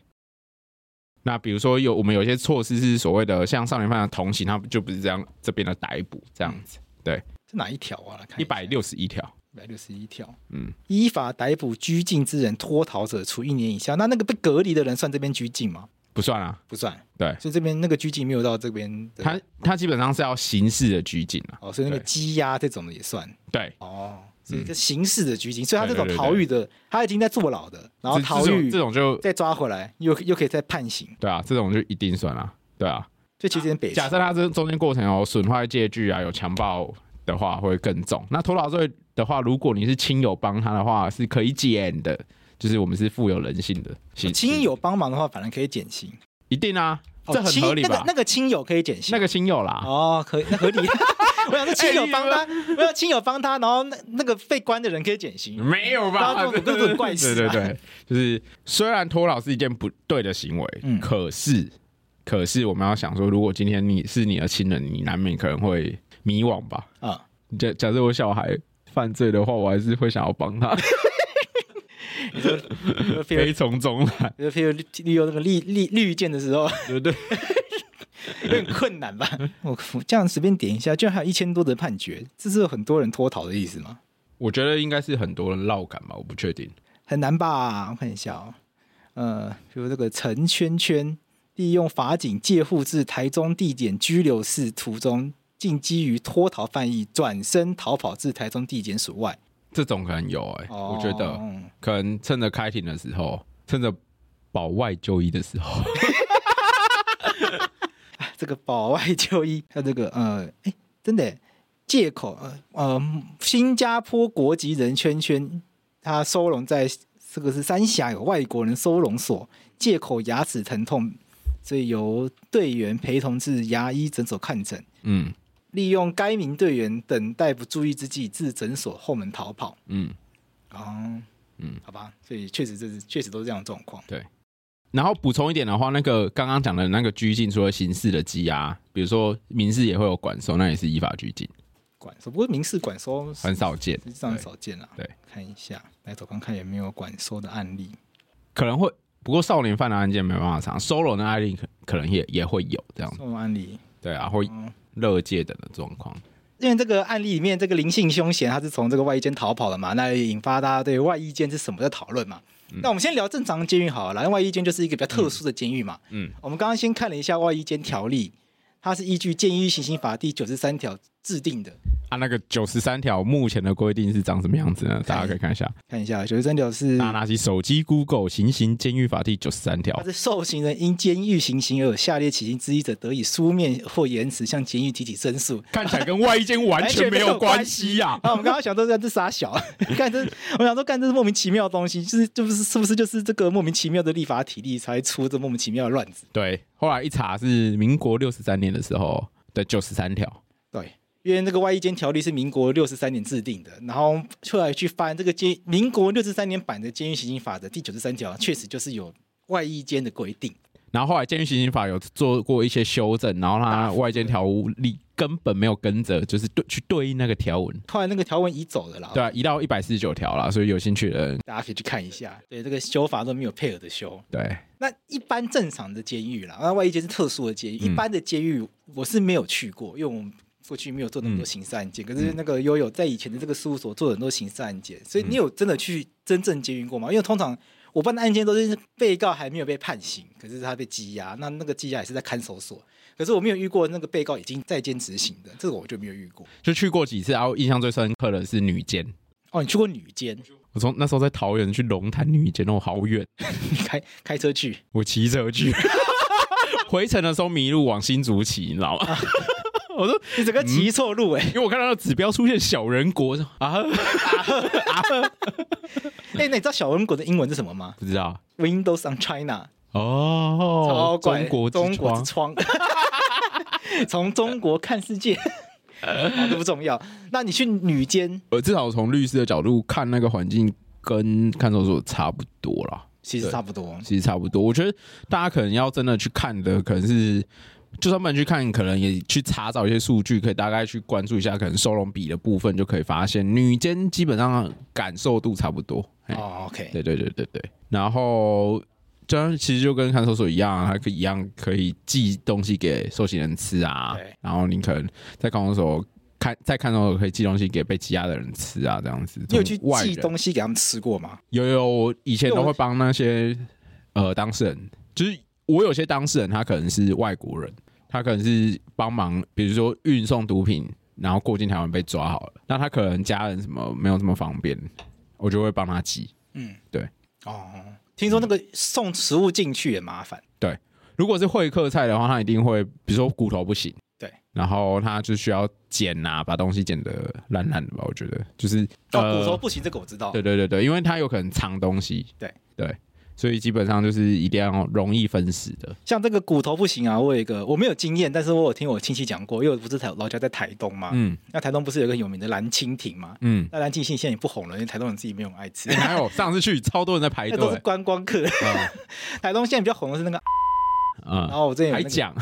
C: 那比如说有我们有一些措施是所谓的像少年犯的同行，他们就不是这样这边的逮捕这样子，
B: 是哪一条啊？来看
C: 一百六十一条。
B: 一百六十一条，
C: 嗯，
B: 依法逮捕、拘禁之人，脱逃者处一年以下。那那个被隔离的人算这边拘禁吗？
C: 不算啊，
B: 不算，
C: 对
B: 所以这边那个拘禁没有到这边的。
C: 他他基本上是要刑事的拘禁啊，
B: 哦，所以那个
C: 对
B: 羁押这种的也算
C: 对，
B: 哦，是一个刑事的拘禁，所以他这
C: 对
B: 种
C: 对对
B: 逃狱的，他已经在坐牢的，然后
C: 这
B: 逃
C: 这种
B: 狱
C: 这种就
B: 再抓回来，又又可以再判刑，
C: 对啊，这种就一定算啊，对啊。
B: 就其实很北
C: 假
B: 齐。
C: 设他这中间过程有损坏借据啊，有强暴的话会更重。那脱逃罪的话，如果你是亲友帮他的话，是可以减的，就是我们是富有人性的刑
B: 哦亲友帮忙的话，反而可以减刑，
C: 一定啊，
B: 哦
C: 这很
B: 亲
C: 合理
B: 那
C: 吧
B: 个？那个亲友可以减刑，
C: 那个亲友啦，
B: 哦，可以，那合理。我想是亲友帮他，我想亲友帮他，然后那那个被关的人可以减刑，
C: 没有
B: 大
C: 吧？
B: 家这种这种怪事
C: 对
B: 啊
C: 对对，就是虽然脱老是一件不对的行为，
B: 嗯
C: 可是可是我们要想说，如果今天你是你的亲人，你难免可能会迷惘吧？
B: 啊、
C: 假假设我小孩犯罪的话，我还是会想要
B: <laughs>
C: 帮他，
B: 嗯，
C: 非
B: 非
C: 从中来，
B: 就譬如利利用那个利利绿箭的时候，
C: 对不对？
B: <laughs> 有点困难吧？我我这样随便点一下，居然还有一千多的判决，这是有很多人脱逃的意思吗？
C: 我觉得应该是很多人绕感吧，我不确定。
B: 很难吧？我看一下哦，呃，比如这个陈圈圈利用法警借护至台中地检拘留室途中，竟基于脱逃犯意转身逃跑至台中地检署外。
C: 这种可能有哎、
B: 哦
C: 我觉得
B: 嗯
C: 可能趁着开庭的时候，趁着保外就医的时候， <laughs>
B: 这个保外就医， <laughs> 他这个呃，哎，真的耶借口呃呃，新加坡国籍人圈圈，他收容在这个是三峡有外国人收容所，借口牙齿疼痛，所以由队员陪同至牙医诊所看诊，
C: 嗯
B: 利用该名队员等待不注意之际，至诊所后门逃跑。
C: 嗯。
B: 哦，
C: 嗯，
B: 好吧，所以确实这是确实都是这样的状况。
C: 然后补充一点的话，那个刚刚讲的那个拘禁，除了刑事的羁押，比如说民事也会有管收，那也是依法拘禁，
B: 管收，不过民事管收
C: 很少见。
B: 实际上
C: 对
B: 少见啦。
C: 对，
B: 看一下，来走看看有没有管收的案例。
C: 可能会，不过少年犯的案件没办法查，收容的案例可可能也也会有这样
B: 这，种案例，
C: 对啊，会
B: 嗯
C: 乐界等的状况，
B: 因为这个案例里面，这个林姓凶嫌他是从这个外衣间逃跑的嘛，那也引发大家对外衣间是什么的讨论嘛。
C: 嗯
B: 那我们先聊正常监狱好了啦，因为外衣间就是一个比较特殊的监狱嘛。
C: 嗯嗯
B: 我们刚刚先看了一下外衣间条例，它是依据《监狱行刑法》第九十三条制定的。
C: 啊，那个九十三条目前的规定是长什么样子呢？大家可以看一下，
B: 看一下，九十三条是
C: 大家拿起手机 Google《行刑监狱法》第九十三条
B: 他，是受刑人因监狱行刑而有下列情形之一者，得以书面或言辞向监狱提起申诉。
C: <laughs> 看起来跟外衣间完全没有关系呀、
B: <laughs> 啊，我们刚刚想说这这傻小，干这，我想说干这是莫名其妙的东西，就是这不是是不是就是这个莫名其妙的立法体力才出这莫名其妙的乱子？
C: <laughs> 对，后来一查是民国六十三年的时候的九十三条，
B: 对，因为那个外衣间条例是民国六十三年制定的，然后后来去翻这个监民国六十三年版的《监狱行刑法》的第九十三条，确实就是有外衣间的规定。
C: 然后后来《监狱行刑法》有做过一些修正，然后它外间条例根本没有跟着，就是对去对应那个条文，
B: 后来那个条文移走了啦，
C: 对啊，移到一百四十九条啦，所以有兴趣的人，
B: 大家可以去看一下。对，这个修法都没有配合的修。
C: 对，
B: 那一般正常的监狱啦，那外一间是特殊的监狱，
C: 嗯
B: 一般的监狱我是没有去过，因为我们过去没有做那么多刑事案件。可是那个悠悠在以前的这个事务所做了很多刑事案件，所以你有真的去真正监狱过吗？因为通常我办的案件都是被告还没有被判刑，可是他被羁押，那那个羁押也是在看守所。可是我没有遇过那个被告已经在监执行的，这个我就没有遇过。
C: 就去过几次，然后印象最深刻的是女监。
B: 哦，你去过女监，
C: 我从那时候在桃园去龙潭女监，哦，好远，
B: 你开开车去，
C: 我骑
B: <laughs>
C: 车去，回程的时候迷路往新竹骑，你知道
B: 啊
C: 吗？我说，
B: 你整个骑错路哎、欸！
C: 因为我看到那指标出现小人国我说啊，
B: 哎、那你知道小文国的英文是什么吗
C: 不知道
B: ？Windows on China。超
C: 哦，
B: 怪
C: 中国之
B: 中国之
C: 窗
B: 窗， <laughs> 从中国看世
C: <laughs>
B: 界，好这不重要。那你去女监，
C: 呃，至少从律师的角度看，那个环境跟看守所差不多啦，
B: 其实差不多。
C: 其实差不多。我觉得大家可能要真的去看的，可能是就算不能去看，可能也去查找一些数据，可以大概去关注一下，可能收容比的部分就可以发现，女监基本上感受度差不多。嘿
B: 哦，OK，
C: 对对对对对，然后这样其实就跟看守所一样、啊，它可以一样可以寄东西给受刑人吃啊
B: 对。
C: 然后你可能在看守所看，在看守所可以寄东西给被羁押的人吃啊，这样子。
B: 你有去
C: 外
B: 寄
C: 人
B: 东西给他们吃过吗？
C: 有有，我以前都会帮那些呃当事人，就是我有些当事人他可能是外国人，他可能是帮忙，比如说运送毒品，然后过境台湾被抓好了，那他可能家人什么没有这么方便，我就会帮他寄。
B: 嗯，
C: 对。
B: 哦，听说那个送食物进去也麻烦，
C: 如果是会客菜的话，他一定会，比如说骨头不行，
B: 对，
C: 然后他就需要剪啊，把东西剪得烂烂的吧，我觉得就是
B: 哦，骨头
C: 呃
B: 不行，这个我知道。
C: 对对对对，因为他有可能藏东西，
B: 对
C: 对，所以基本上就是一定要容易分食的。
B: 像这个骨头不行啊，我有一个我没有经验，但是我有听我亲戚讲过，因为我不是台老家在台东嘛，
C: 嗯
B: 那台东不是有一个很有名的蓝蜻蜓嘛？
C: 嗯，
B: 那蓝蜻蜓现在也不红了，因为台东人自己没有很爱吃
C: 欸、，还有哎上次去超多人在
B: <laughs>
C: 排
B: 那都是
C: 队，
B: 观光
C: <laughs>
B: 客。台东现在比较红的是那个，然
C: 嗯，
B: 后我之前有
C: 还
B: 那个
C: 讲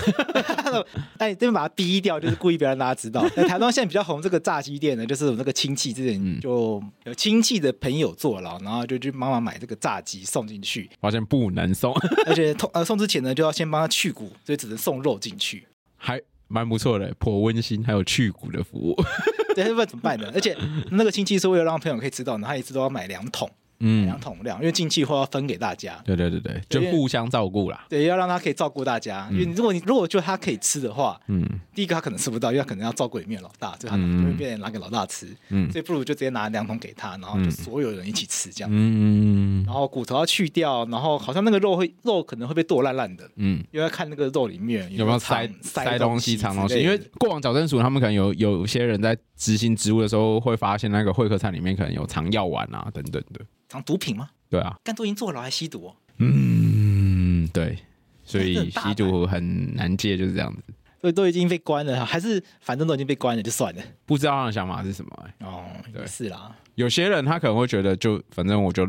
B: 哎，这边把它逼掉，就是故意不要让大家知
C: <laughs>
B: 道。那台东现在比较红这个炸鸡店呢，就是我那个亲戚之前
C: 嗯
B: 就有亲戚的朋友坐牢，然后就去帮忙买这个炸鸡送进去，
C: 发现不能送， <laughs>
B: 而且通呃送之前呢就要先帮他去骨，所以只能送肉进去。
C: 还蛮不错的，颇温馨，还有去骨的服务。
B: 对，不然怎么
C: <laughs>
B: 办呢？而且那个亲戚是为了让朋友可以吃到，然后他一次都要买两桶，
C: 嗯
B: 两，桶量，因为进去后要分给大家。
C: 对对对对，就互相照顾啦。
B: 对，要让他可以照顾大家，因为如果你如果就他可以吃的话，
C: 嗯
B: 第一个他可能吃不到，因为他可能要照顾里面的老大，所以他
C: 嗯
B: 就会变成拿给老大吃，
C: 嗯
B: 所以不如就直接拿两桶给他，然后就所有人一起吃这样。
C: 嗯
B: 然后骨头要去掉，然后好像那个肉会肉可能会被剁烂烂的，
C: 嗯，
B: 因为要看那个肉里面
C: 有没有塞
B: 藏
C: 塞
B: 塞
C: 东西、藏东
B: 之
C: 西？
B: 类
C: 因
B: 的
C: 为过往矫正署他们可能有有些人在执行职务的时候，会发现那个会客餐里面可能有藏药丸啊等等的。
B: 藏毒品吗？
C: 对啊，
B: 干都已经坐牢还吸毒、哦，
C: 嗯，对，所以
B: 真的很大胆
C: 吸毒很难戒，就是这样子。
B: 所以都已经被关了，还是反正都已经被关了就算了。
C: 不知道他的想法是什么、欸
B: 哦，
C: 对
B: 也是啦，
C: 有些人他可能会觉得就，反正我就，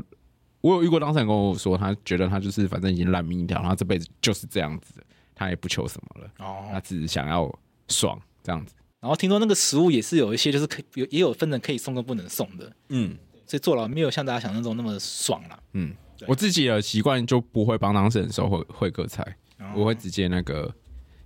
C: 我有遇过当事人跟我说，他觉得他就是反正已经烂命一条，他这辈子就是这样子的，他也不求什么了，
B: 哦
C: 他只是想要爽这样子。
B: 然后听说那个食物也是有一些就是可以有也有分成可以送跟不能送的，
C: 嗯
B: 所以坐牢没有像大家想象中那么爽啦。
C: 嗯，我自己的习惯就不会帮当事人收会会客菜，我会直接那个，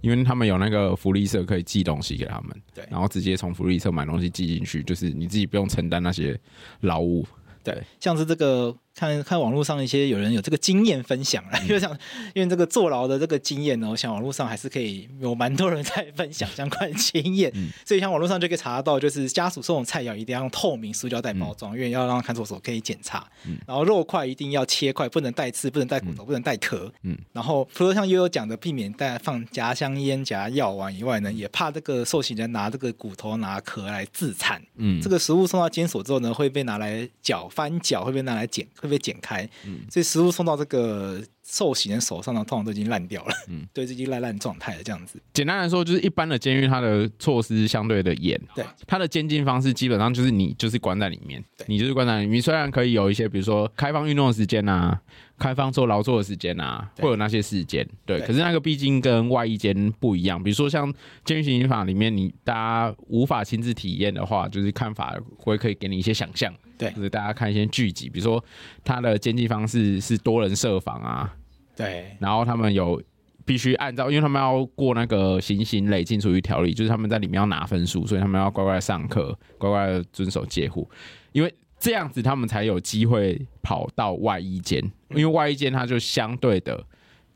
C: 因为他们有那个福利社可以寄东西给他们，
B: 对
C: 然后直接从福利社买东西寄进去，就是你自己不用承担那些劳务。
B: 对，像是这个看看网络上一些有人有这个经验分享啦，就想因为这个坐牢的这个经验呢，我想网络上还是可以有蛮多人在分享相关的经验，所以像网络上就可以查得到，就是家属送的菜肴一定要用透明塑胶袋包装，因为要让看守所可以检查，然后肉块一定要切块，不能带刺，不能带骨头，不能带壳，
C: 嗯
B: 然后除了像悠悠讲的避免带放夹香烟、夹药丸以外呢，也怕这个受刑人拿这个骨头、拿壳来自残，
C: 嗯，
B: 这
C: 个
B: 个食物送到监所之后呢，会被拿来搅翻搅，会被拿来剪，会被剪开。
C: 嗯
B: 所以食物送到这个受刑人手上呢，通常都已经烂掉了，
C: 嗯
B: 对，已经烂烂状态了这样子。
C: 简单来说，就是一般的监狱它的措施相对的严，
B: 对，
C: 它的监禁方式基本上就是你就是关在里面
B: 对，
C: 你就是关在里面。虽然可以有一些，比如说开放运动的时间啊，开放做劳作的时间啊，
B: 对
C: 会有那些时间，对。
B: 对
C: 可是那个毕竟跟外衣间不一样，比如说像监狱刑法里面，你大家无法亲自体验的话，就是看法会可以给你一些想象，
B: 对
C: 就是大家看一些剧集，比如说它的监禁方式是多人设防啊，
B: 对，
C: 然后他们有必须按照，因为他们要过那个行刑累进处遇条例，就是他们在里面要拿分数，所以他们要乖乖地上课，乖乖地遵守戒护，因为这样子他们才有机会跑到外衣间，因为外衣间它就相对的。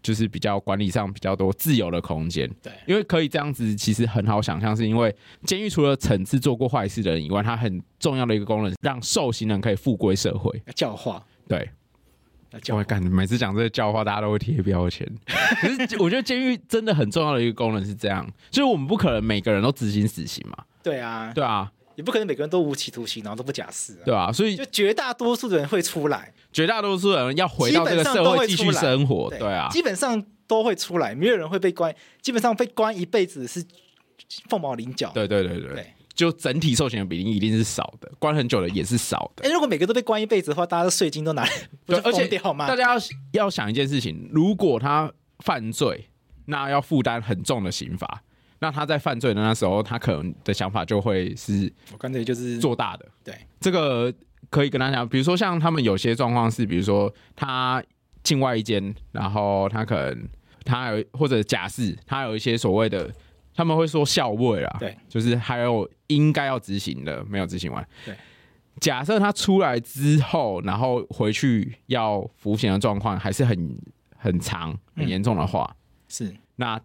C: 就是比较管理上比较多自由的空间，
B: 对
C: 因为可以这样子，其实很好想象，是因为监狱除了惩治做过坏事的人以外，它很重要的一个功能，让受刑人可以复归社会。
B: 要教化，
C: 对，
B: 要教
C: 教会
B: 化。
C: 干，每次讲这个教化，大家都会贴标签。 <laughs> 可是我觉得监狱真的很重要的一个功能是这样，就是我们不可能每个人都执行死刑嘛，
B: 对啊，
C: 对啊，
B: 也不可能每个人都无期徒刑，然后都不假释啊。
C: 对啊，所以
B: 就绝大多数的人会出来，
C: 绝大多数人要回到这个社会继续生活，对啊，
B: 基本上都会出来，没有人会被关，基本上被关一辈子是凤毛麟角。
C: 对对对对
B: 对，
C: 就整体受刑的比例一定是少的，关很久的也是少的。
B: 哎，如果每个都被关一辈子的话，大家的税金都拿来， <laughs> 不
C: 对，
B: 是
C: 而且
B: 疯掉吗
C: 大？家要要想一件事情，如果他犯罪，那要负担很重的刑罚，那他在犯罪的那时候，他可能的想法就会是
B: 我干脆就是
C: 做大的。
B: 对，
C: 这个可以跟他讲，比如说像他们有些状况是，比如说他境外一间，然后他可能他有或者假释，他有一些所谓的。他们会说校尉啊，
B: 对，
C: 就是还有应该要执行的没有执行完。
B: 对，
C: 假设他出来之后，然后回去要服刑的状况还是很很长、
B: 嗯
C: 很严重的话，
B: 是
C: 那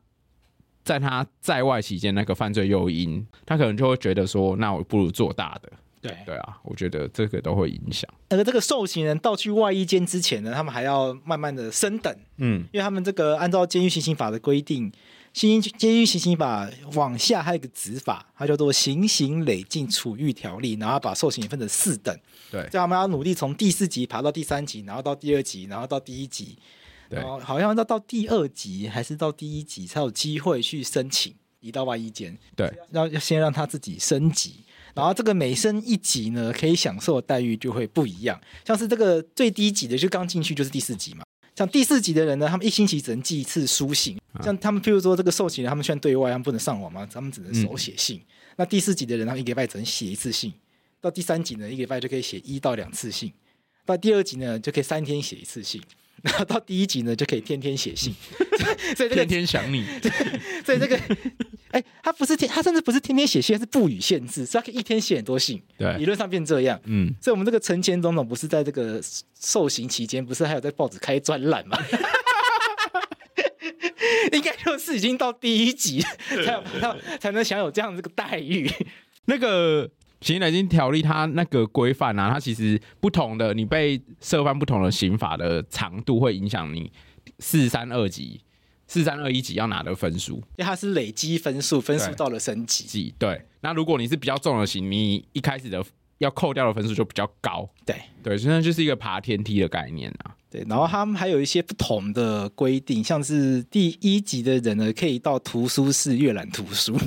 C: 在他在外期间那个犯罪诱因，他可能就会觉得说，那我不如做大的。
B: 对。
C: 对啊，我觉得这个都会影响。
B: 那个这个受刑人到去外衣间之前呢，他们还要慢慢的升等，
C: 嗯，
B: 因为他们这个按照监狱行刑法的规定，新监狱行刑法往下还有一个执法，它叫做行刑累进处遇条例，然后它把受刑人分成四等，
C: 对
B: 所以他们要努力从第四级爬到第三级，然后到第二级，然后到第一级，
C: 对
B: 然后好像要到第二级还是到第一级才有机会去申请移到外衣间，
C: 对，
B: 要要先让他自己升级。然后这个每升一级呢，可以享受的待遇就会不一样。像是这个最低级的，就刚进去就是第四级嘛。像第四级的人呢，他们一星期只能寄一次书信。
C: 嗯
B: 像他们，譬如说这个受刑人，他们虽然对外，他们不能上网嘛，他们只能手
C: 嗯
B: 写信。那第四级的人，他们一个礼拜只能写一次信。到第三级呢，一个礼拜就可以写一到两次信。到第二级呢，就可以三天写一次信。然后到第一级呢，就可以天天写信。 <laughs> 所以这个
C: 天天想你。
B: <laughs> 所以这个，哎、他不是天，他甚至不是天天写信，他是不予限制，所以他可以一天写很多信。理
C: 对，
B: 论上变这样。
C: 嗯，
B: 所以，我们这个陈前总统不是在这个受刑期间，不是还有在报纸开专栏吗？ <laughs> 应该就是已经到第一集才有才才能享有这样这个待遇。
C: 那个。刑刑累进条例，它那个规范啊，它其实不同的，你被涉犯不同的刑法的长度，会影响你四三二级、四三二一级要拿的分数。
B: 因为它是累积分数，分数
C: 对
B: 到了升级。
C: 级对，那如果你是比较重的型，你一开始的要扣掉的分数就比较高。
B: 对
C: 对，所以那就是一个爬天梯的概念啊。
B: 对，然后他们还有一些不同的规定，像是第一级的人呢，可以到图书室阅览图书，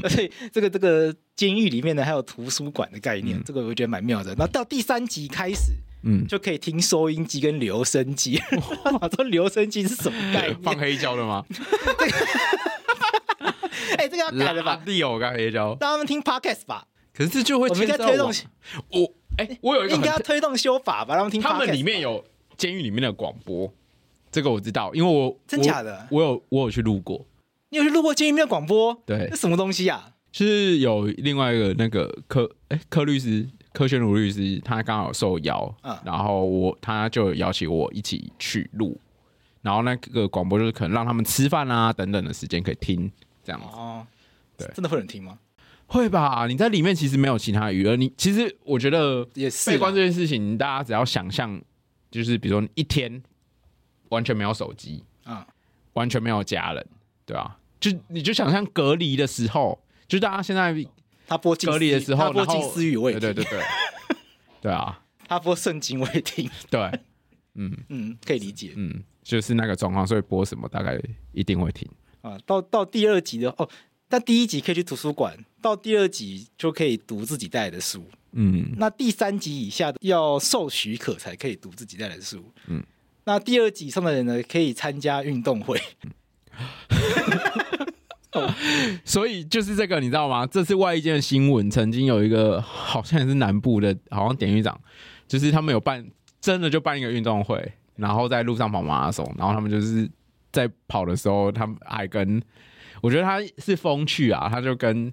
B: <laughs> 而且这个这个监狱里面呢，还有图书馆的概念，这个我觉得蛮妙的。那到第三级开始，
C: 嗯，
B: 就可以听收音机跟留声
C: <laughs>
B: 机。我说留声机是什么概
C: 放
B: 念？
C: 黑胶的
B: <laughs>
C: 吗？
B: 哎、这个要改了吧？
C: 地哦有跟黑胶，
B: 让他们听 podcast 吧，
C: 可是这就会
B: 我们应
C: 牵
B: 该
C: 涉到
B: 推动
C: 我，我哎，我有一个
B: 应
C: 很
B: 该要推动修法吧，让他们听 podcast 吧。
C: 他们里面有监狱里面的广播，这个我知道，因为我
B: 真假的
C: 我我有我有去录过，
B: 你有去录过监狱面广播？
C: 对
B: 这什么东西啊？
C: 是有另外一个那个柯哎柯律师柯宣儒律师，他刚好受邀，
B: 嗯
C: 然后我他就邀请我一起去录，然后那个广播就是可能让他们吃饭啊等等的时间可以听这样子，
B: 哦，
C: 对
B: 真的会有人听吗？
C: 会吧？你在里面其实没有其他娱乐，你其实我觉得
B: 也是啦
C: 被关这件事情，大家只要想象，就是比如说你一天完全没有手机，
B: 啊、
C: 完全没有家人，对吧、就你就想象隔离的时候，就大家现在
B: 他播近思
C: 隔离的时候，
B: 他播
C: 然后
B: 近思语我也
C: 对
B: 听，
C: 对对对，对啊，
B: 他播圣经我也听， <laughs>
C: 对，嗯
B: 嗯，可以理解
C: 嗯，就是那个状况，所以播什么大概一定会听。
B: 啊。
C: 嗯
B: 到到第二集的哦，但第一集可以去图书馆，到第二集就可以读自己带来的书。
C: 嗯，
B: 那第三集以下的要受许可才可以读自己带来的书。
C: 嗯，
B: 那第二集以上的人呢，可以参加运动会。 <laughs>
C: 所以就是这个，你知道吗？这次外一件的新闻，曾经有一个好像也是南部的，好像典狱长，就是他们有办，真的就办一个运动会，然后在路上跑马拉松，然后他们就是在跑的时候，他们还跟，我觉得他是风趣啊，他就跟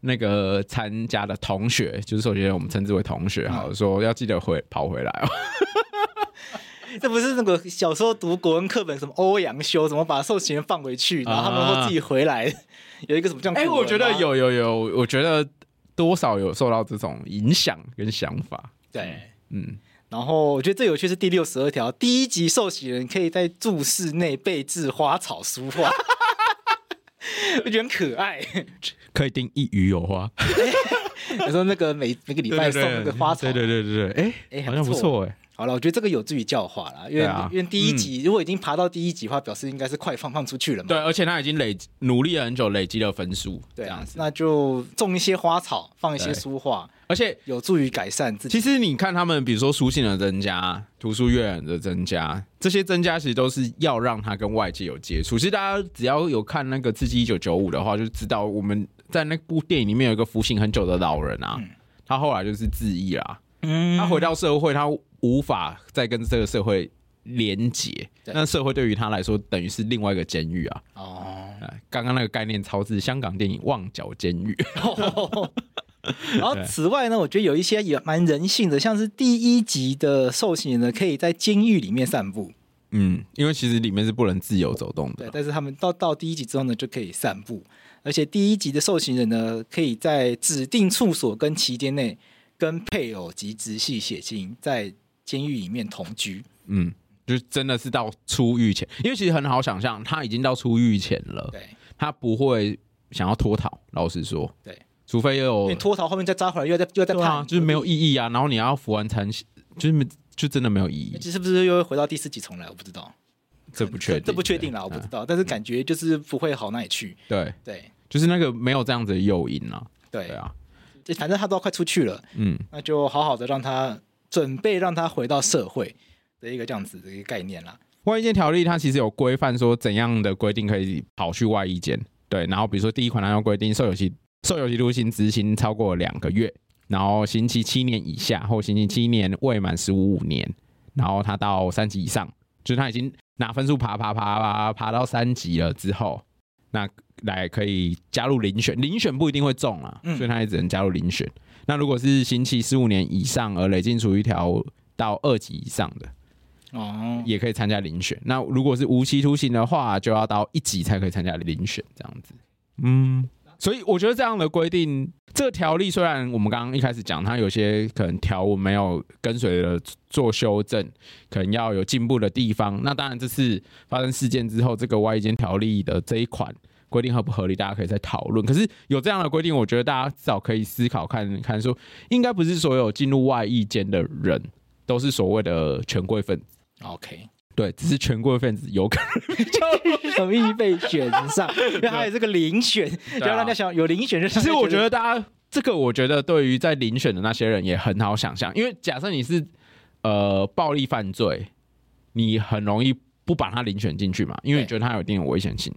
C: 那个参加的同学，就是首先我们称之为同学，好说要记得回跑回来哦。
B: 这不是那个小时候读国文课本什么欧阳修怎么把受刑人放回去，然后他们会自己回来，有一个什么这样？
C: 啊哎、我觉得有有有，我觉得多少有受到这种影响跟想法。
B: 对。
C: 嗯，
B: 然后我觉得最有趣是第六十二条，第一级受洗人可以在注释内备置花草书画， <laughs> 我觉得很可 <laughs> 爱。
C: 可以定一鱼有花，
B: 有时候那个每每个礼拜送那个花草，
C: 对对对对对，哎、
B: 哎
C: 好像
B: 还不
C: 不
B: 错
C: 错哎、
B: 好了，我觉得这个有助于教化啦，因为、
C: 对啊
B: 因为第一集、如果已经爬到第一集的话，表示应该是快放放出去了嘛。
C: 对，而且他已经累积努力了很久，累积了分数，
B: 对
C: 这
B: 啊
C: 样，子。
B: 那就种一些花草，放一些
C: 对
B: 书画，
C: 而且
B: 有助于改善自己。
C: 其实你看他们，比如说书信的增加、图书阅览的增加，这些增加其实都是要让他跟外界有接触。其实大家只要有看那个《刺激一九九五》的话，就知道我们在那部电影里面有一个服刑很久的老人啊，他后来就是自缢啦。
B: 嗯
C: 他回到社会，他无法再跟这个社会连结，
B: 对
C: 那社会对于他来说等于是另外一个监狱啊。
B: 哦，
C: 哎刚刚那个概念超自香港电影《旺角监狱》
B: <laughs> 然后此外呢，我觉得有一些也蛮人性的，像是第一集的受刑人呢，可以在监狱里面散步，
C: <laughs> 嗯，因为其实里面是不能自由走动
B: 对
C: 的，，
B: 但是他们到到第一集之后呢，就可以散步，而且第一集的受刑人呢，可以在指定处所跟期间内跟配偶及直系血亲在监狱里面同居。
C: 嗯，就真的是到出狱前，因为其实很好想象，他已经到出狱前了，
B: 对，
C: 他不会想要脱逃。老实说，
B: 对，
C: 除非
B: 因
C: 有
B: 为脱逃后面再抓回来，又在又在
C: 对
B: 判、
C: 啊，就是没有意义啊。然后你要服完残刑，就是没就真的没有意义
B: 那，是不是又会回到第四集重来？我不知道，
C: 这不确定，
B: 这不确定啦，我不知道。但是感觉就是不会好那里去。
C: 对，
B: 对
C: 就是那个没有这样子的诱因啊。
B: 对
C: 对啊，
B: 就反正他都要快出去了，
C: 嗯，
B: 那就好好的让他准备，让他回到社会的一个这样子的一个概念啦。
C: 外衣间条例它其实有规范说怎样的规定可以跑去外衣间，对，然后比如说第一款它要规定受有期受有期徒刑执行超过两个月，然后刑期七年以下或刑期七年未满十五年，然后他到三级以上，就是他已经拿分数爬爬爬爬爬到三级了之后，那来可以加入遴选，遴选不一定会中啊，
B: 嗯
C: 所以他也只能加入遴选。那如果是刑期十五年以上而累进处一条到二级以上的，
B: 哦，
C: 也可以参加遴选。那如果是无期徒刑的话，就要到一级才可以参加遴选，这样子。嗯，所以我觉得这样的规定，这个条例虽然我们刚刚一开始讲，它有些可能条文没有跟随的做修正，可能要有进步的地方。那当然，这次发生事件之后，这个外间条例的这一款。规定合不合理，大家可以再讨论。可是有这样的规定，我觉得大家至少可以思考看看说应该不是所有进入外役间的人都是所谓的权贵分子。
B: OK，
C: 对，只是全国分子有可能。
B: 容易被选上，因为他有这个遴选， <laughs> 就要让大家想有遴选就。
C: 其实我觉得大家这个，我觉得对于在遴选的那些人也很好想象，因为假设你是呃暴力犯罪，你很容易不把他遴选进去嘛，因为你觉得他有一定的危险性。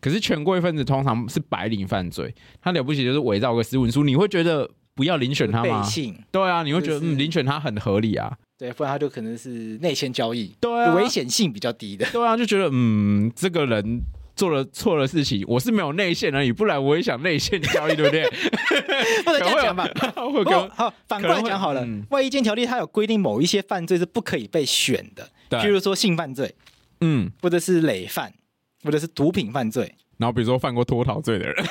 C: 可是权贵分子通常是白领犯罪，他了不起就是伪造个私文书，你会觉得不要遴选他
B: 背
C: 吗？
B: 信，
C: 对啊，你会觉得
B: 是是
C: 嗯，遴选他很合理啊。
B: 对，不然他就可能是内线交易，
C: 对啊，
B: 危险性比较低
C: <laughs>
B: 的。
C: 对啊，就觉得嗯，这个人做了错的事情，我是没有内线而已，不然我也想内线交易，对不对？
B: 不能这样讲吧？
C: 会
B: 不过
C: 跟
B: 好，反过来讲好了
C: 可能会嗯，
B: 外衣间条例它有规定某一些犯罪是不可以被选的，
C: 对
B: 譬如说性犯罪，
C: 嗯，
B: 或者是累犯，或者是毒品犯罪，
C: 然后比如说犯过脱逃罪的人，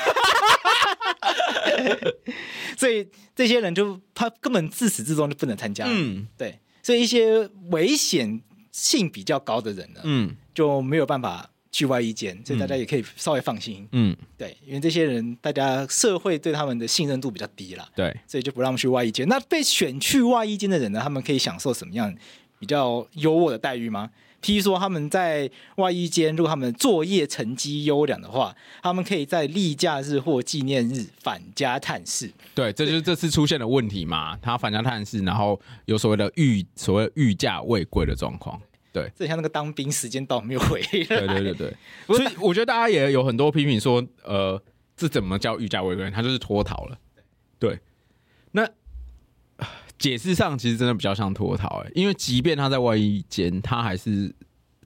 B: 所以这些人就他根本自始至终就不能参加。
C: 嗯
B: 对，所以一些危险性比较高的人呢，
C: 嗯
B: 就没有办法去外衣间，所以大家
C: 嗯
B: 也可以稍微放心。
C: 嗯，
B: 对，因为这些人大家社会对他们的信任度比较低啦，
C: 对，
B: 所以就不让他们去外衣间。那被选去外衣间的人呢，他们可以享受什么样比较优渥的待遇吗？譬如说，他们在外衣间，如果他们作业成绩优良的话，他们可以在例假日或纪念日返家探视。
C: 对，这就是这次出现的问题嘛，他反家探视，然后有所谓的御所谓的御驾未归的状况。
B: 这像那个当兵时间到没有回来，
C: <laughs> 对对对对，
B: 不
C: 所
B: 是
C: 以我觉得大家也有很多批评说，呃，这怎么叫御驾违规？他就是脱逃了。对，那唉解释上其实真的比较像脱逃、欸，因为即便他在外衣间，他还是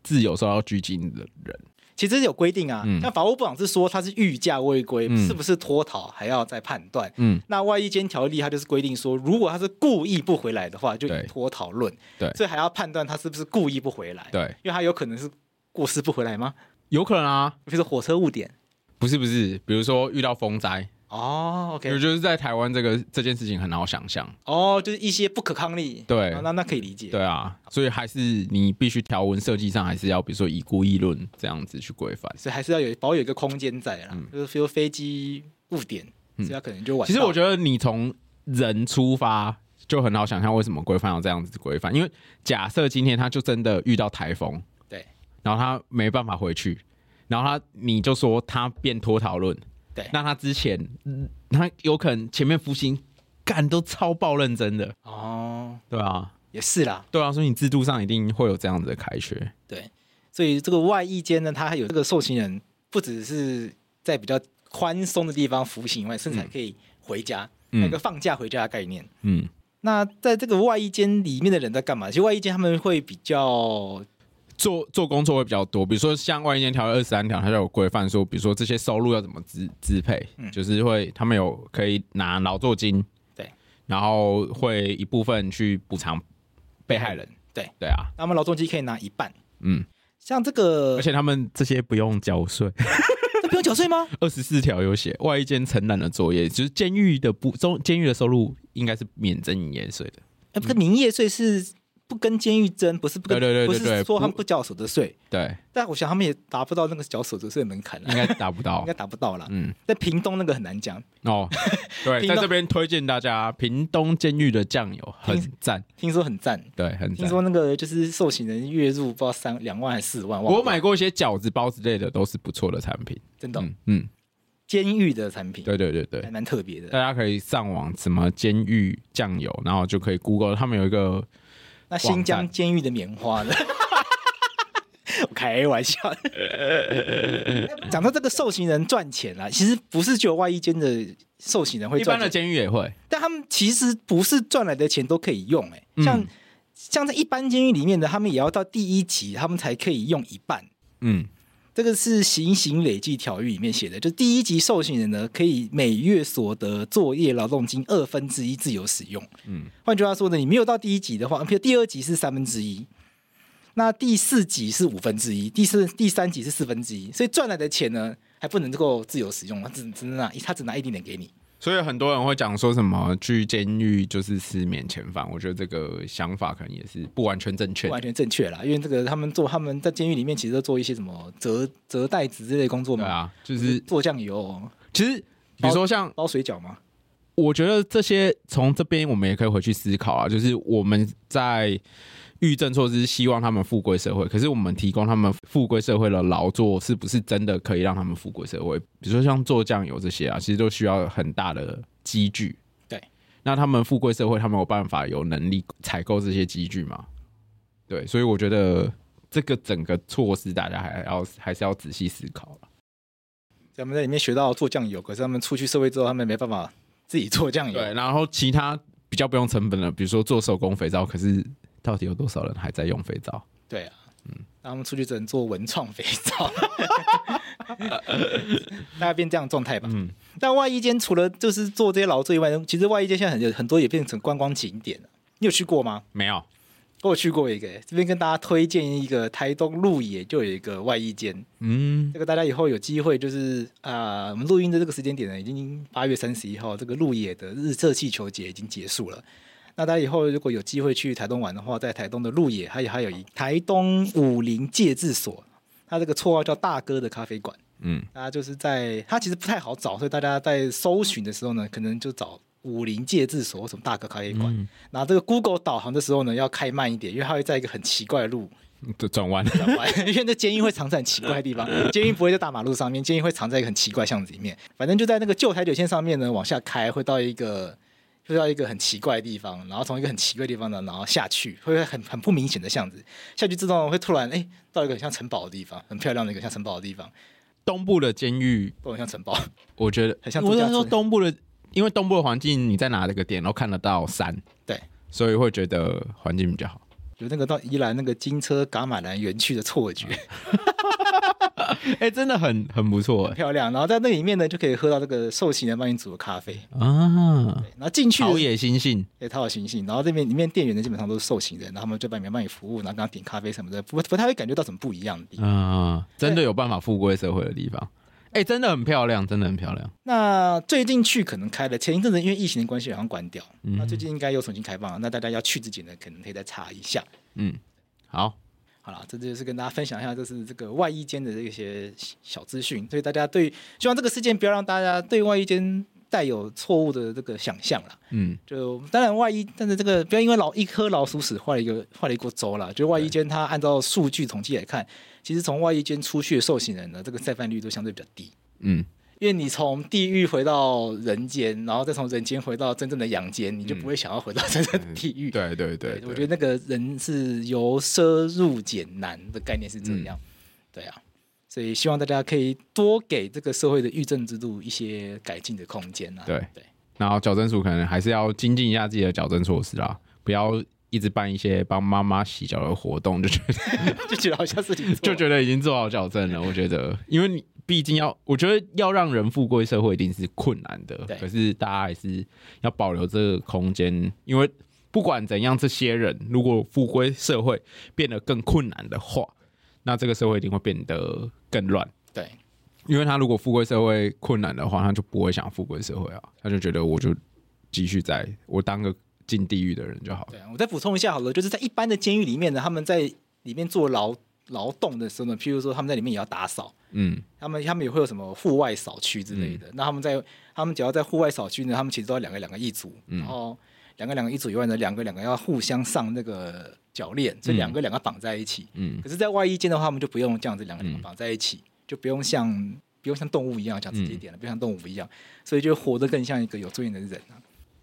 C: 自由受到拘禁的人。
B: 其实有规定啊
C: 嗯。
B: 那、法务部长是说他是御驾未归，
C: 嗯
B: 是不是脱逃还要再判断。
C: 嗯，
B: 那外衣间条例它就是规定说，如果他是故意不回来的话，就
C: 对
B: 以脱逃论。
C: 对
B: 所以还要判断他是不是故意不回来，
C: 对，
B: 因为他有可能是过失不回来吗？
C: 有可能啊，
B: 比如说火车误点。
C: 不是不是，比如说遇到风灾，
B: 哦
C: 我
B: ，OK，
C: 觉得在台湾这个这件事情很好想象。
B: 哦，就是一些不可抗力。
C: 对
B: 哦那那可以理解。
C: 对啊，所以还是你必须条文设计上还是要，比如说以故意论这样子去规范。
B: 所以还是要有保有一个空间在啦，就是比如飞机误点，所以他可能就晚到。
C: 嗯其实我觉得你从人出发就很好想象为什么规范要这样子规范，因为假设今天他就真的遇到台风，
B: 对，
C: 然后他没办法回去，然后他你就说他变脱逃论，
B: 对
C: 那他之前、嗯他有可能前面服刑干都超爆认真的，
B: 哦，
C: 对啊，
B: 也是啦。
C: 对啊，所以你制度上一定会有这样子的开缺，
B: 对，所以这个外衣间呢，它还有这个受刑人不只是在比较宽松的地方服刑以外，甚至还可以回家，
C: 嗯
B: 那个放假回家的概念。
C: 嗯，
B: 那在这个外衣间里面的人在干嘛？其实外衣间他们会比较
C: 做做工作会比较多，比如说像外间条约二十三条，它就有规范说，比如说这些收入要怎么支支配，就是会他们有可以拿劳作金，
B: 对，
C: 然后会一部分去补偿被害人，
B: 对，
C: 对啊，
B: 那么劳动基可以拿一半，
C: 嗯，
B: 像这个
C: 而且他们这些不用缴税。 <laughs>
B: 这不用缴税吗？
C: 二十四条有写，外间承揽的作业，就是监狱的不中，监狱的收入应该是免征营业税的。
B: 哎，不是，营业税是不跟监狱争，不是不跟，
C: 对对对对
B: 不是
C: 对
B: 说他们
C: 不
B: 不缴所得税，
C: 对，
B: 但我想他们也达不到那个缴所得税的门槛了，啊
C: 应该达不
B: <laughs>
C: 到
B: 应该。达不到啦。
C: 嗯，
B: 但屏东那个很难讲， <laughs>
C: 哦，对，
B: 屏
C: 在
B: 东
C: 这边推荐大家屏东监狱的酱油很
B: 屏
C: 赞，
B: 听说很赞，
C: 对，很
B: 听
C: 赞。
B: 说那个就是受刑人月入不知道三两万还是四万，忘了
C: 我买过一些饺子包之类的，都是不错的产品。
B: 真的哦
C: 嗯嗯，
B: 监狱的产品，
C: 对对对
B: 还
C: 对，
B: 蛮特别的
C: 大。家可以上网什么监狱酱油，然后就可以 Google 他们有一个
B: 那新
C: 网
B: 疆
C: 站
B: 监狱的棉花呢？ <laughs> 我开玩
C: <laughs>
B: 笑的。讲到这个受刑人赚钱啦，其实不是只有外衣间的受刑人会
C: 一
B: 赚
C: 般的
B: 钱，
C: 监狱也会，
B: 但他们其实不是赚来的钱都可以用、欸，
C: 嗯
B: 像、像在一般监狱里面的，他们也要到第一级，他们才可以用一半。
C: 嗯，
B: 这个是行刑累计条约里面写的，就第一级受刑人呢，可以每月所得作业劳动金二分之一自由使用。嗯，
C: 嗯
B: 换句话说呢，你没有到第一级的话，譬如第二级是三分之一，那第四级是五分之一，第四第三级是四分之一，所以赚来的钱呢，还不能够自由使用，他只只能拿他只拿一点点给你。
C: 所以很多人会讲说什么去监狱就是吃免遣返，我觉得这个想法可能也是不完全正确
B: 不。完全正确啦，因为这个他们做他们在监狱里面其实都做一些什么折折袋子之类的工作
C: 对
B: 嘛，
C: 啊，就是
B: 做酱油、
C: 其实比如说像
B: 包水饺嘛，
C: 我觉得这些从这边我们也可以回去思考啊，就是我们在预政措施希望他们复归社会，可是我们提供他们复归社会的劳作，是不是真的可以让他们复归社会？比如说像做酱油这些啊，其实都需要很大的机具。
B: 对，
C: 那他们复归社会，他们有办法有能力采购这些机具吗？对，所以我觉得这个整个措施，大家还要还是要仔细思考了。
B: 他们在里面学到做酱油，可是他们出去社会之后，他们没办法自己做酱油。
C: 对，然后其他比较不用成本的，比如说做手工肥皂，可是到底有多少人还在用肥皂？
B: 对啊，嗯，那他们出去只能做文创肥皂，大家变这样的状态吧。
C: 嗯
B: 嗯，但外衣间除了就是做这些劳作以外，其实外衣间现在很很多也变成观光景点了。你有去过吗？
C: 没有，
B: 我有去过一个，这边跟大家推荐一个台东鹿野就有一个外衣间，
C: 嗯，
B: 这个大家以后有机会就是啊、呃我们录音的这个时间点呢，已经八月三十一号，这个鹿野的日射气球节已经结束了。那大家以后如果有机会去台东玩的话，在台东的鹿野，还有还有一台东武林戒治所，它这个绰号叫大哥的咖啡馆。
C: 嗯，
B: 大家就是在它其实不太好找，所以大家在搜寻的时候呢，可能就找武林戒治所或什么大哥咖啡馆。然后这个 Google 导航的时候呢，要开慢一点，因为它会在一个很奇怪的路
C: 就转弯。 <laughs>
B: 转弯， <laughs> 因为那监狱会藏在很奇怪的地方，监狱不会在大马路上面，监狱会藏在一个很奇怪的巷子里面。反正就在那个旧台九线上面呢，往下开会到一个，会到一个很奇怪的地方，然后从一个很奇怪的地方呢，然后下去，会很很不明显的巷子，下去之后会突然哎、到一个很像城堡的地方，很漂亮的一个像城堡的地方，
C: 东部的监狱，
B: 都很像城堡，
C: 我觉得
B: 很像度
C: 我
B: 假村
C: 是说东部的，因为东部的环境，你在哪这个点都看得到山，
B: 对，
C: 所以会觉得环境比较好。
B: 有那个到宜兰那个金车噶玛兰园区的错觉。
C: 哎、真的很很不错
B: 很
C: 哎、
B: 漂亮，然后在那里面呢，就可以喝到这个寿喜人帮你煮的咖啡。
C: 啊，
B: 然后进去的时
C: 陶
B: 候
C: 冶心性，
B: 对，讨好行性，然后这边里面店员呢基本上都是受刑人，然后他们就帮你帮你服务，然后刚刚点咖啡什么的，不不太会感觉到什么不一样的地方。
C: 啊，真的有办法富贵社会的地方。哎、真的很漂亮，真的很漂亮。
B: 那最近去可能开了，前一阵子因为疫情的关系好像关掉，
C: 嗯
B: 那最近应该又重新开放了，那大家要去之前呢，可能可以再查一下。
C: 嗯，好，
B: 好了，这就是跟大家分享一下，就是这个外衣间的这些小资讯，所以大家对希望这个事件不要让大家对外衣间带有错误的这个想象啦。
C: 嗯，
B: 就当然外衣，但是这个不要因为老一颗老鼠屎坏了一个坏了一锅粥啦。就外衣间，它按照数据统计来看，其实从外衣间出去的受刑人呢，这个再犯率都相对比较低。
C: 嗯，
B: 因为你从地狱回到人间，然后再从人间回到真正的阳间，你就不会想要回到真正的地狱。
C: 对对对，
B: 我觉得那个人是由奢入俭难的概念是这样。
C: 嗯
B: 对啊，所以希望大家可以多给这个社会的狱政制度一些改进的空间啊。
C: 对
B: 对。 <laughs>
C: 然后矫正署可能还是要精进一下自己的矫正措施啦，不要一直办一些帮妈妈洗脚的活动，就觉得
B: 就觉得好像是你
C: 就觉得已经做好矫正了。我觉得，因为你毕竟要，我觉得要让人富贵社会一定是困难的
B: 对，
C: 可是大家还是要保留这个空间，因为不管怎样，这些人如果富贵社会变得更困难的话，那这个社会一定会变得更乱。
B: 对，
C: 因为他如果富贵社会困难的话，他就不会想富贵社会啊，他就觉得我就继续在我当个进地狱的人就好了。
B: 对，啊我再补充一下好了，就是在一般的监狱里面呢，他们在里面做劳劳动的时候呢，譬如说他们在里面也要打扫，
C: 嗯，
B: 他们他们也会有什么户外扫区之类的。那他们在他们只要在户外扫区呢，他们其实都要两个两个一组，然后两个两个一组以外呢，两个两个要互相上那个脚链，所以两个两个绑在一起。
C: 嗯
B: 可是，在外衣间的话，他们就不用这样子两个两个绑在一起，就不用像不用像动物一样讲直接一点了，不用像动物一样，所以就活得更像一个有尊严的人啊。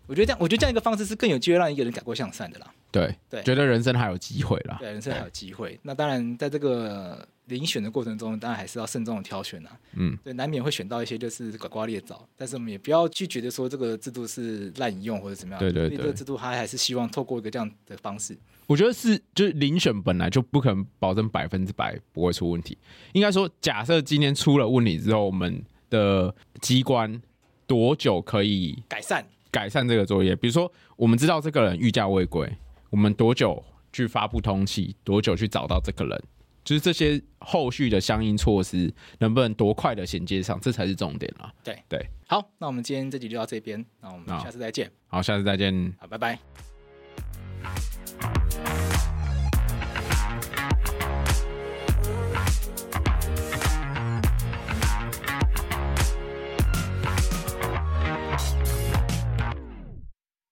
B: 我觉得这样，我觉得这样一个方式是更有机会让一个人改过向善的啦。
C: 对，
B: 对
C: 觉得人生还有机会啦。
B: 对，人生还有机会。那当然，在这个遴选的过程中，当然还是要慎重的挑选啊。
C: 嗯，
B: 对，难免会选到一些就是拐瓜裂枣，但是我们也不要去觉得说这个制度是滥用或者怎么样。
C: 对对
B: 所以这个
C: 对
B: 制度它还是希望透过一个这样的方式。
C: 我觉得是，就是遴选本来就不可能保证百分之百不会出问题。应该说，假设今天出了问题之后，我们的机关多久可以
B: 改善，
C: 改善这个作业？比如说，我们知道这个人御驾未归，我们多久去发布通气？多久去找到这个人？就是这些后续的相应措施，能不能多快的衔接上，这才是重点啦。
B: 对
C: 对，
B: 好，那我们今天这集就到这边，那我们
C: 好
B: 下次再见，
C: 好，下次再见。
B: 好，拜拜。